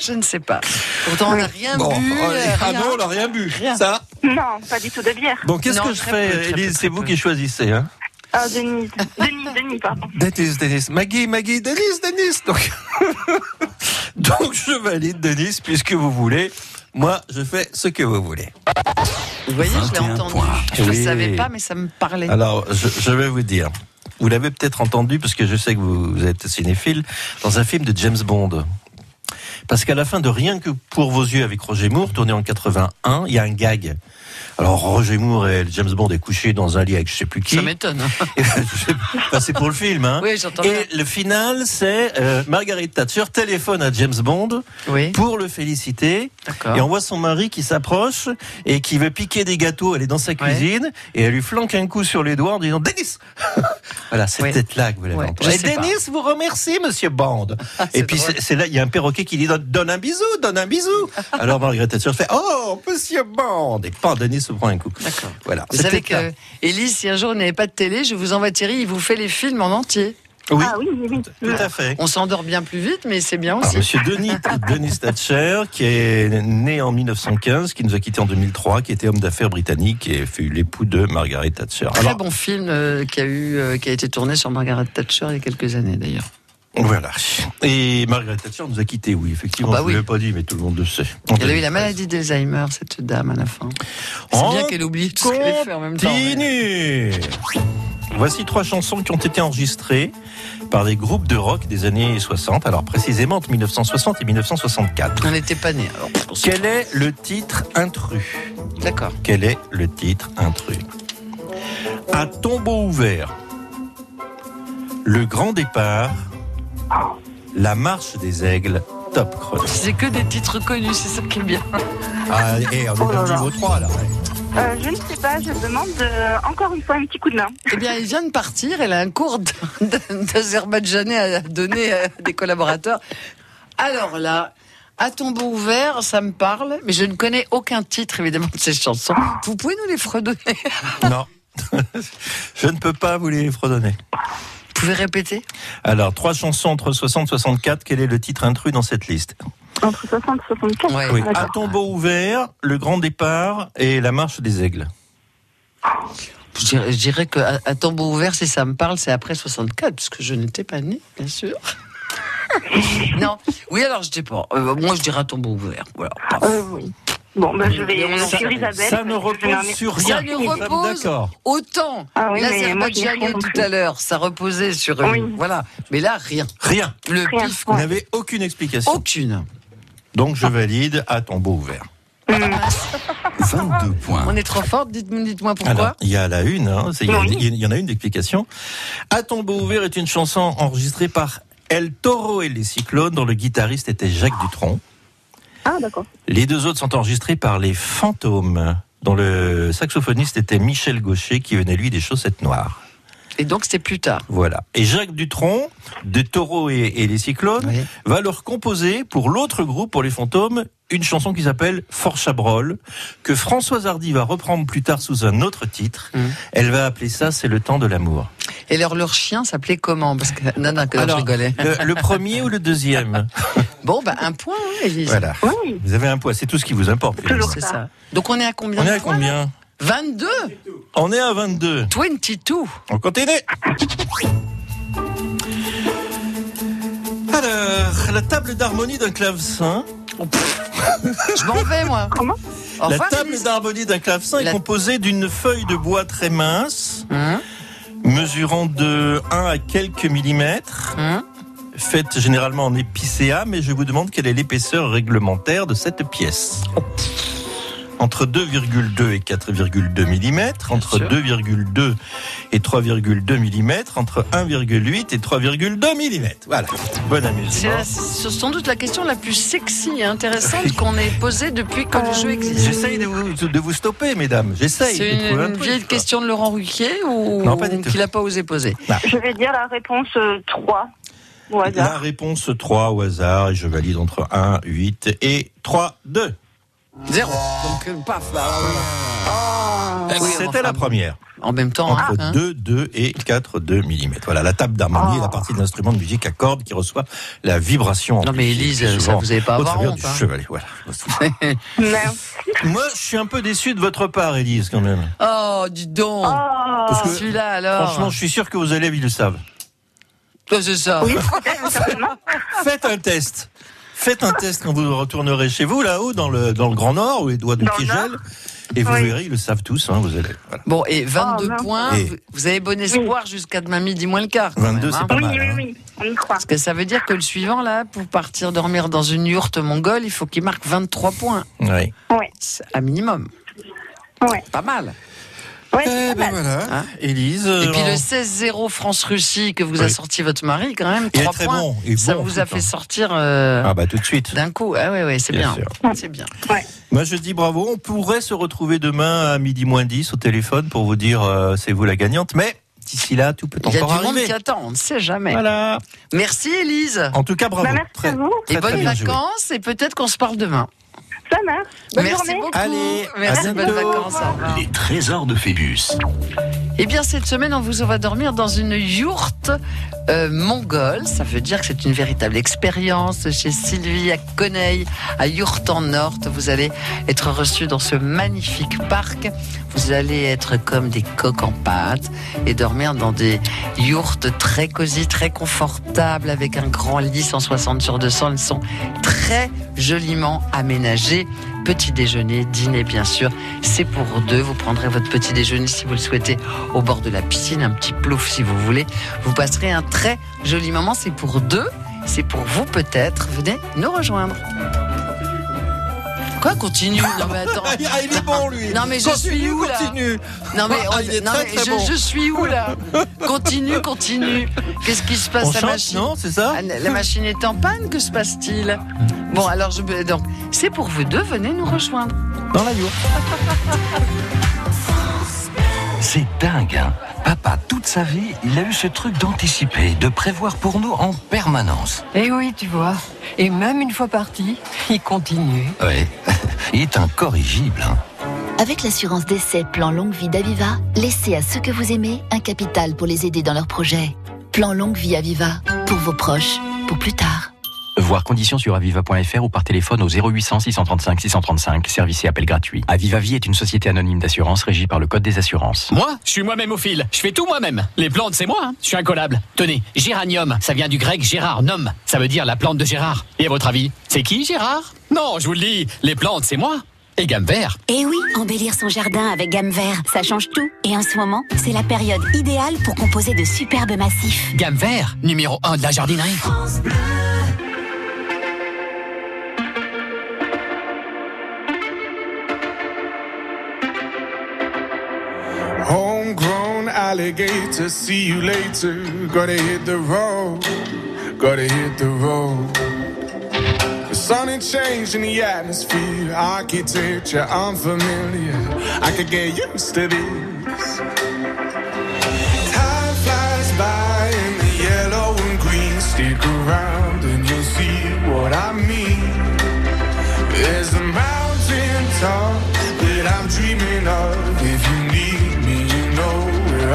[SPEAKER 5] Je ne sais pas. Pourtant, on n'a rien
[SPEAKER 4] Bon,
[SPEAKER 5] bu.
[SPEAKER 4] allez. Ah
[SPEAKER 5] rien.
[SPEAKER 4] non, on n'a rien bu. Ça.
[SPEAKER 6] Non, pas du tout de bière.
[SPEAKER 4] Bon, qu'est-ce
[SPEAKER 5] Non,
[SPEAKER 4] que je
[SPEAKER 5] très
[SPEAKER 4] fais,
[SPEAKER 5] peu, très
[SPEAKER 4] Élise
[SPEAKER 5] peu,
[SPEAKER 4] C'est vous qui choisissez. Hein
[SPEAKER 6] Ah, Denise. Denise, Denise, pardon.
[SPEAKER 4] Dennis, Dennis. Maggie, Maggie, Dennis, Denise. Donc, Donc je valide Denise puisque vous voulez. Moi, je fais ce que vous voulez.
[SPEAKER 5] Vous voyez, je l'ai
[SPEAKER 1] 21
[SPEAKER 5] entendu.
[SPEAKER 1] points.
[SPEAKER 5] Je ne
[SPEAKER 4] Oui.
[SPEAKER 5] savais pas, mais ça me parlait.
[SPEAKER 4] Alors, je, je vais vous dire. Vous l'avez peut-être entendu, parce que je sais que vous, vous êtes cinéphile, dans un film de James Bond. Parce qu'à la fin de Rien que pour vos yeux avec Roger Moore, tourné en 81, il y a un gag. Alors, Roger Moore et James Bond est couché dans un lit avec je sais plus qui.
[SPEAKER 5] Ça m'étonne. hein.
[SPEAKER 4] Enfin, c'est pour le film, hein.
[SPEAKER 5] Oui, j'entends bien.
[SPEAKER 4] Et le final, c'est euh, Margaret Thatcher téléphone à James Bond
[SPEAKER 5] Oui.
[SPEAKER 4] pour le féliciter.
[SPEAKER 5] D'accord.
[SPEAKER 4] Et on voit son mari qui s'approche et qui veut piquer des gâteaux. Elle est dans sa cuisine et elle lui flanque un coup sur les doigts en disant Dennis Voilà, c'est
[SPEAKER 5] Oui.
[SPEAKER 4] peut-être là que vous l'avez
[SPEAKER 5] Ouais,
[SPEAKER 4] entendu.
[SPEAKER 5] je
[SPEAKER 4] Et
[SPEAKER 5] sais pas.
[SPEAKER 4] Dennis vous remercie, monsieur Bond. et puis
[SPEAKER 5] drôle.
[SPEAKER 4] c'est c'est là, il y a un perroquet qui dit Donne- Donne un bisou, donne un bisou. Alors Margaret Thatcher fait Oh, monsieur Bond Et pas Dennis se prend un coup.
[SPEAKER 5] D'accord.
[SPEAKER 4] Voilà.
[SPEAKER 5] Vous savez
[SPEAKER 4] C'était là.
[SPEAKER 5] que, Élise, si un jour vous n'avez pas de télé, je vous envoie Thierry, il vous fait les films en entier.
[SPEAKER 4] Oui,
[SPEAKER 6] Ah oui, oui, oui.
[SPEAKER 4] tout à fait.
[SPEAKER 5] On s'endort bien plus vite, mais c'est bien
[SPEAKER 4] Alors,
[SPEAKER 5] aussi.
[SPEAKER 4] monsieur Denis, Denis Thatcher, qui est né en 1915, qui nous a quittés en 2003, qui était homme d'affaires britannique et fut l'époux de Margaret Thatcher.
[SPEAKER 5] Très
[SPEAKER 4] Alors,
[SPEAKER 5] bon film euh, qui, a eu, euh, qui a été tourné sur Margaret Thatcher il y a quelques années d'ailleurs.
[SPEAKER 4] voilà. Et Margaret Thatcher nous a quittés, oui, effectivement.
[SPEAKER 5] Ah bah
[SPEAKER 4] je ne
[SPEAKER 5] oui.
[SPEAKER 4] l'ai pas dit, mais tout le monde le sait.
[SPEAKER 5] Elle a eu la maladie d'Alzheimer, cette dame, à la fin. C'est
[SPEAKER 4] On
[SPEAKER 5] bien qu'elle oublie tout ce qu'elle a fait en même temps. mais-
[SPEAKER 4] Continue Voici trois chansons qui ont été enregistrées par des groupes de rock des années 60, alors précisément entre 1960 et 1964.
[SPEAKER 5] On n'était pas nés. Alors, on s'en
[SPEAKER 4] Quel est le titre intrus
[SPEAKER 5] fout. D'accord.
[SPEAKER 4] Quel est le titre intrus Un tombeau ouvert. Le grand départ. La marche des aigles. Top chrono.
[SPEAKER 5] C'est que des titres connus, c'est ça qui est bien.
[SPEAKER 4] Ah, et on est
[SPEAKER 6] Oh là
[SPEAKER 4] dans le
[SPEAKER 6] là.
[SPEAKER 4] niveau 3 là.
[SPEAKER 6] Euh, je ne sais pas, je demande euh, encore une fois un petit coup de main.
[SPEAKER 5] Eh bien, elle vient de partir. Elle a un cours d- d- d'azerbaïdjanais à donner à des collaborateurs. Alors là, à tombeau ouvert, ça me parle, mais je ne connais aucun titre, évidemment, de ces chansons. Vous pouvez nous les fredonner Vous
[SPEAKER 4] Non. Je ne peux pas vous les fredonner.
[SPEAKER 5] pouvez répéter
[SPEAKER 4] Alors, trois chansons entre 60 et 64. Quel est le titre intrus dans cette liste
[SPEAKER 6] Entre 60 et 64.
[SPEAKER 5] Ouais.
[SPEAKER 4] Oui. Ah. Un
[SPEAKER 6] D'accord.
[SPEAKER 4] tombeau ouvert, le grand départ et la marche des aigles.
[SPEAKER 5] Je dirais- je dirais que à, à tombeau ouvert, si ça me parle, c'est après 64, parce que je n'étais pas née, bien sûr. non. Oui, alors je ne sais pas. Euh, moi, je dirais à tombeau ouvert. Voilà.
[SPEAKER 6] Euh, oui. Bon, ben, je vais
[SPEAKER 4] Ça-
[SPEAKER 6] suivre Isabelle.
[SPEAKER 4] ça ne
[SPEAKER 6] Je vais
[SPEAKER 4] repose
[SPEAKER 6] leur-
[SPEAKER 4] sur rien.
[SPEAKER 5] Ça ne repose
[SPEAKER 4] D'accord.
[SPEAKER 5] autant.
[SPEAKER 6] Ah oui, mais moi, je l'ai
[SPEAKER 5] L'Azerbaïdjan
[SPEAKER 6] compris.
[SPEAKER 5] tout à l'heure, ça reposait sur une. Voilà. Mais là, rien.
[SPEAKER 4] Rien.
[SPEAKER 5] Le
[SPEAKER 4] Rien.
[SPEAKER 5] pif.
[SPEAKER 4] Vous n'avez aucune explication.
[SPEAKER 5] Aucune.
[SPEAKER 4] Donc je valide à tombeau ouvert. Hmm.
[SPEAKER 5] 22 points. On est trop forte, dites-moi dites pourquoi.
[SPEAKER 4] Ah. Alors, il y a la une, hein, c'est- il y a-
[SPEAKER 5] Oui.
[SPEAKER 4] il y en a une d'explication. À tombeau ouvert est une chanson enregistrée par El Toro et les Cyclones, dont le guitariste était Jacques Dutronc.
[SPEAKER 6] Ah, d'accord.
[SPEAKER 4] Les deux autres sont enregistrés par les Fantômes, dont le saxophoniste était Michel Gaucher, qui venait lui des Chaussettes Noires.
[SPEAKER 5] Et donc c'était plus tard.
[SPEAKER 4] Voilà. Et Jacques Dutronc, de Taureau et, et les Cyclones, va leur composer pour l'autre groupe, pour les Fantômes, une chanson qui s'appelle Fort Chabrol, que Françoise Hardy va reprendre plus tard sous un autre titre.
[SPEAKER 5] Mm.
[SPEAKER 4] Elle va appeler ça C'est le temps de l'amour.
[SPEAKER 5] Et leur, leur chien s'appelait comment Parce que non, non, que non,
[SPEAKER 4] Alors,
[SPEAKER 5] je rigolais.
[SPEAKER 4] le- le premier ou le deuxième
[SPEAKER 5] Bon, bah un point, hein, Élise.
[SPEAKER 4] Voilà. Vous avez un poids, c'est tout ce qui vous importe.
[SPEAKER 5] C'est ça. Donc on est à combien
[SPEAKER 4] On est
[SPEAKER 5] de
[SPEAKER 4] à
[SPEAKER 5] points, là
[SPEAKER 4] combien
[SPEAKER 5] 22
[SPEAKER 4] On est à 22.
[SPEAKER 5] 22
[SPEAKER 4] On continue Alors, la table d'harmonie d'un clavecin.
[SPEAKER 5] Je m'en vais, moi.
[SPEAKER 6] Comment
[SPEAKER 4] La
[SPEAKER 5] revoir,
[SPEAKER 4] table d'harmonie d'un clavecin est composée d'une feuille de bois très mince,
[SPEAKER 5] Hein
[SPEAKER 4] mesurant de 1 à quelques millimètres,
[SPEAKER 5] Hein
[SPEAKER 4] faite généralement en épicéa, mais je vous demande quelle est l'épaisseur réglementaire de cette pièce. Entre 2,2 et 4,2 mm, entre 2,2 et 3,2 mm, entre 1,8 et 3,2 mm. Voilà. Bon
[SPEAKER 5] C'est
[SPEAKER 4] amusement.
[SPEAKER 5] la- c'est sans doute la question la plus sexy et intéressante qu'on ait posée depuis que le jeu existe.
[SPEAKER 4] J'essaye de vous, de vous stopper, mesdames. J'essaye.
[SPEAKER 5] C'est
[SPEAKER 4] de
[SPEAKER 5] une,
[SPEAKER 4] trouver un
[SPEAKER 5] une
[SPEAKER 4] truc,
[SPEAKER 5] vieille
[SPEAKER 4] quoi.
[SPEAKER 5] question de Laurent Ruquier ou
[SPEAKER 4] Non, pas du tout.
[SPEAKER 5] qu'il n'a pas osé poser
[SPEAKER 4] Ah.
[SPEAKER 6] Je vais dire la réponse euh, 3. Au
[SPEAKER 4] La
[SPEAKER 6] hasard.
[SPEAKER 4] réponse 3 au hasard, et je valide entre 1, 8 et 3, 2.
[SPEAKER 5] Zéro. Donc, euh, paf. bah, voilà. Ah, oui,
[SPEAKER 4] C'était
[SPEAKER 5] enfin,
[SPEAKER 4] la première.
[SPEAKER 5] En même temps,
[SPEAKER 4] Entre
[SPEAKER 5] hein.
[SPEAKER 4] 2, 2 et 4, 2 mm. Voilà, la table d'harmonie
[SPEAKER 5] Oh.
[SPEAKER 4] est la partie de l'instrument de musique à cordes qui reçoit la vibration.
[SPEAKER 5] Non, mais
[SPEAKER 4] amplifiée,
[SPEAKER 5] Élise, ça,
[SPEAKER 4] souvent
[SPEAKER 5] vous avez pas à
[SPEAKER 4] au
[SPEAKER 5] avoir
[SPEAKER 4] travers
[SPEAKER 5] honte,
[SPEAKER 4] du
[SPEAKER 5] hein.
[SPEAKER 4] chevalet, voilà.
[SPEAKER 6] Merci.
[SPEAKER 4] Moi, je suis un peu déçu de votre part, Élise, quand même.
[SPEAKER 5] Oh, dis donc.
[SPEAKER 6] oh,
[SPEAKER 4] Parce que,
[SPEAKER 5] Celui-là, alors.
[SPEAKER 4] Franchement, je suis sûr que vos élèves, ils le savent.
[SPEAKER 5] Toi, c'est ça.
[SPEAKER 4] Faites un test. Faites un test quand vous retournerez chez vous, là-haut, dans le, dans le Grand Nord, où les doigts de
[SPEAKER 5] Dans
[SPEAKER 4] pied
[SPEAKER 5] le Nord.
[SPEAKER 4] gèlent. Et vous
[SPEAKER 5] Oui.
[SPEAKER 4] verrez, ils le savent tous, hein, vos élèves. Voilà.
[SPEAKER 5] Bon, et 22
[SPEAKER 6] mince.
[SPEAKER 5] points,
[SPEAKER 4] Et-
[SPEAKER 5] vous- vous avez bon espoir jusqu'à demain midi moins le quart. quand
[SPEAKER 4] 22,
[SPEAKER 5] même,
[SPEAKER 4] c'est
[SPEAKER 5] hein.
[SPEAKER 4] pas mal, Oui, oui, hein.
[SPEAKER 6] Oui, on y croit.
[SPEAKER 5] Parce que ça veut dire que le suivant, là, pour partir dormir dans une yourte mongole, il faut qu'il marque 23 points.
[SPEAKER 4] Oui.
[SPEAKER 6] Ouais.
[SPEAKER 5] C'est un minimum.
[SPEAKER 6] Ouais.
[SPEAKER 5] Pas mal.
[SPEAKER 6] Ouais,
[SPEAKER 4] Eh ben voilà, Élise.
[SPEAKER 5] Et
[SPEAKER 4] euh,
[SPEAKER 5] puis
[SPEAKER 4] on-
[SPEAKER 5] le 16-0 France-Russie que vous a
[SPEAKER 4] Oui.
[SPEAKER 5] sorti votre mari, quand même,
[SPEAKER 4] Il est
[SPEAKER 5] 3
[SPEAKER 4] très
[SPEAKER 5] points.
[SPEAKER 4] bon, il est
[SPEAKER 5] ça
[SPEAKER 4] bon,
[SPEAKER 5] vous a
[SPEAKER 4] putain.
[SPEAKER 5] fait sortir euh,
[SPEAKER 4] Ah bah tout de suite.
[SPEAKER 5] d'un coup. Ah ouais, ouais, c'est bien.
[SPEAKER 4] Bien sûr.
[SPEAKER 5] C'est bien.
[SPEAKER 4] Moi je dis bravo, on pourrait se retrouver demain à midi moins 10 au téléphone pour vous dire euh, c'est vous la gagnante, mais d'ici là tout peut
[SPEAKER 5] Il y a du
[SPEAKER 4] encore
[SPEAKER 5] monde
[SPEAKER 4] arriver.
[SPEAKER 5] qui attend, on ne sait jamais.
[SPEAKER 4] Voilà.
[SPEAKER 5] Merci Élise.
[SPEAKER 4] En tout cas bravo. Très- très,
[SPEAKER 5] et
[SPEAKER 4] très
[SPEAKER 5] bonnes
[SPEAKER 4] bien joué.
[SPEAKER 5] vacances et peut-être qu'on se parle demain.
[SPEAKER 6] Ça marche.
[SPEAKER 5] Bonne Merci beaucoup.
[SPEAKER 4] Allez,
[SPEAKER 5] Merci,
[SPEAKER 4] à
[SPEAKER 5] bonnes
[SPEAKER 4] bientôt.
[SPEAKER 5] vacances. au revoir.
[SPEAKER 1] Les trésors de Phébus.
[SPEAKER 5] Eh bien, cette semaine, on vous va dormir dans une yourte euh, mongole. Ça veut dire que c'est une véritable expérience chez Sylvie à Coneille, à Yourte en Norte. Vous allez être reçu dans ce magnifique parc. Vous allez être comme des coques en pâte et dormir dans des yourtes très cosy, très confortables, avec un grand lit 160 sur 200. Elles sont très joliment aménagées. Petit déjeuner, dîner bien sûr, c'est pour deux. Vous prendrez votre petit déjeuner si vous le souhaitez au bord de la piscine, un petit plouf si vous voulez. Vous passerez un très joli moment, c'est pour deux, c'est pour vous peut-être. Venez nous rejoindre. Quoi continue Non mais attends.
[SPEAKER 4] Ah, il est bon lui.
[SPEAKER 5] Non mais je
[SPEAKER 4] Continue,
[SPEAKER 5] suis où là
[SPEAKER 4] continue.
[SPEAKER 5] Non mais,
[SPEAKER 4] Ah, il est
[SPEAKER 5] non,
[SPEAKER 4] très,
[SPEAKER 5] mais
[SPEAKER 4] très
[SPEAKER 5] je,
[SPEAKER 4] bon.
[SPEAKER 5] je suis où là Continue, continue. Qu'est-ce qui se passe
[SPEAKER 4] On
[SPEAKER 5] la
[SPEAKER 4] chante,
[SPEAKER 5] machine
[SPEAKER 4] non, c'est ça
[SPEAKER 5] Ah, La machine est en panne, que se passe-t-il Bon alors je donc c'est pour vous deux, venez nous rejoindre.
[SPEAKER 4] Dans la yourte.
[SPEAKER 1] C'est dingue. hein. Papa, toute sa vie, il a eu ce truc d'anticiper, de prévoir pour nous en permanence.
[SPEAKER 18] Et Eh oui, tu vois. Et même une fois parti, il continue.
[SPEAKER 5] Ah,
[SPEAKER 1] Ouais, il est incorrigible. hein.
[SPEAKER 19] Avec l'assurance d'essai Plan Longue Vie d'Aviva, laissez à ceux que vous aimez un capital pour les aider dans leurs projets. Plan Longue Vie Aviva, pour vos proches, pour plus tard.
[SPEAKER 20] Voir conditions sur aviva.fr ou par téléphone au 0800 635 635, service et appel gratuit. Aviva Vie est une société anonyme d'assurance régie par le Code des assurances.
[SPEAKER 21] Moi, je suis moi-même au fil. Je fais tout moi-même. Les plantes, c'est moi. hein. Je suis incollable. Tenez, géranium, ça vient du grec Gérard, nom. Ça veut dire la plante de Gérard. Et à votre avis, c'est qui Gérard Non, je vous le dis, les plantes, c'est moi. Et gamme vert.
[SPEAKER 12] Eh oui, embellir son jardin avec gamme vert, ça change tout. Et en ce moment, c'est la période idéale pour composer de superbes massifs.
[SPEAKER 21] Gamme vert, numéro 1 de la jardinerie.
[SPEAKER 9] Homegrown alligator, see you later. Gotta hit the road, gotta hit the road. The sun and change in the atmosphere, architecture unfamiliar. I could get used to this. Time flies by in the yellow and green. Stick around and you'll see what I mean. There's a mountain top that I'm dreaming of. If you need me, you know where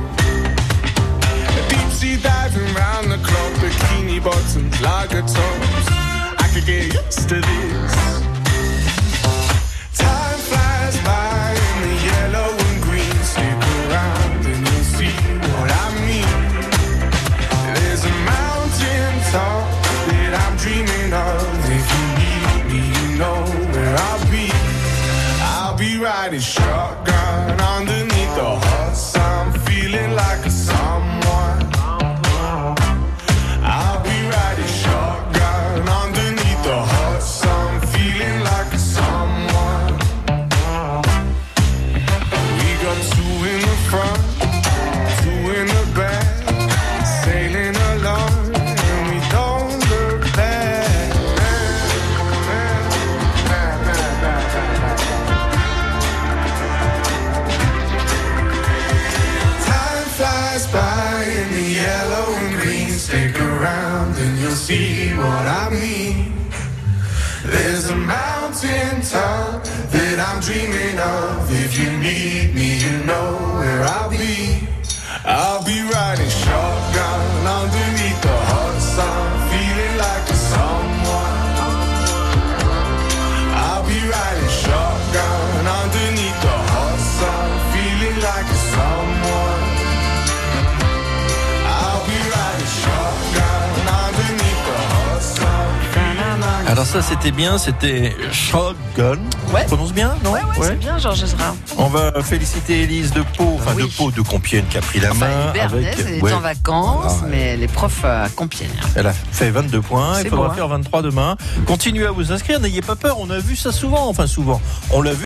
[SPEAKER 9] Deep sea diving round the clock, bikini bottoms, lager tops. I could get used to this. Time flies by in the yellow and green. Stick around and you'll see what I mean. There's a mountain top that I'm dreaming of. If you need me, you know where I'll be. I'll be riding shotgun underneath the hot sun, feeling like a someone. I'll be riding shotgun underneath the hot sun, feeling like a someone. We got two in the front, two in the back, sailing along, and we don't look back. Time flies by in the yellow and green. Stick around and you'll see what I mean. There's a mountain top that I'm dreaming of. If you need me, you know where I'll be. I'll be riding shotgun underneath the hot sun, feeling like a someone. I'll be riding shotgun underneath the hot sun, feeling like a someone. I'll be riding shotgun underneath the hot sun, feeling like
[SPEAKER 4] Alors ça c'était bien, c'était Shotgun. Ouais. Prononce bien, non
[SPEAKER 5] Ouais, ouais, c'est bien, Georges Ezra.
[SPEAKER 4] On va féliciter Elise de Pau, enfin de Pau de Compiègne qui a pris la main.
[SPEAKER 5] Enfin, Bernays, elle est
[SPEAKER 4] Ah, ouais.
[SPEAKER 5] en vacances,
[SPEAKER 4] Ah,
[SPEAKER 5] mais les profs à Compiègne.
[SPEAKER 4] Elle a fait 22 points, il
[SPEAKER 5] C'est
[SPEAKER 4] faudra
[SPEAKER 5] beau, hein.
[SPEAKER 4] faire 23 demain. Continuez à vous inscrire, n'ayez pas peur, on a vu ça souvent, enfin souvent. On l'a vu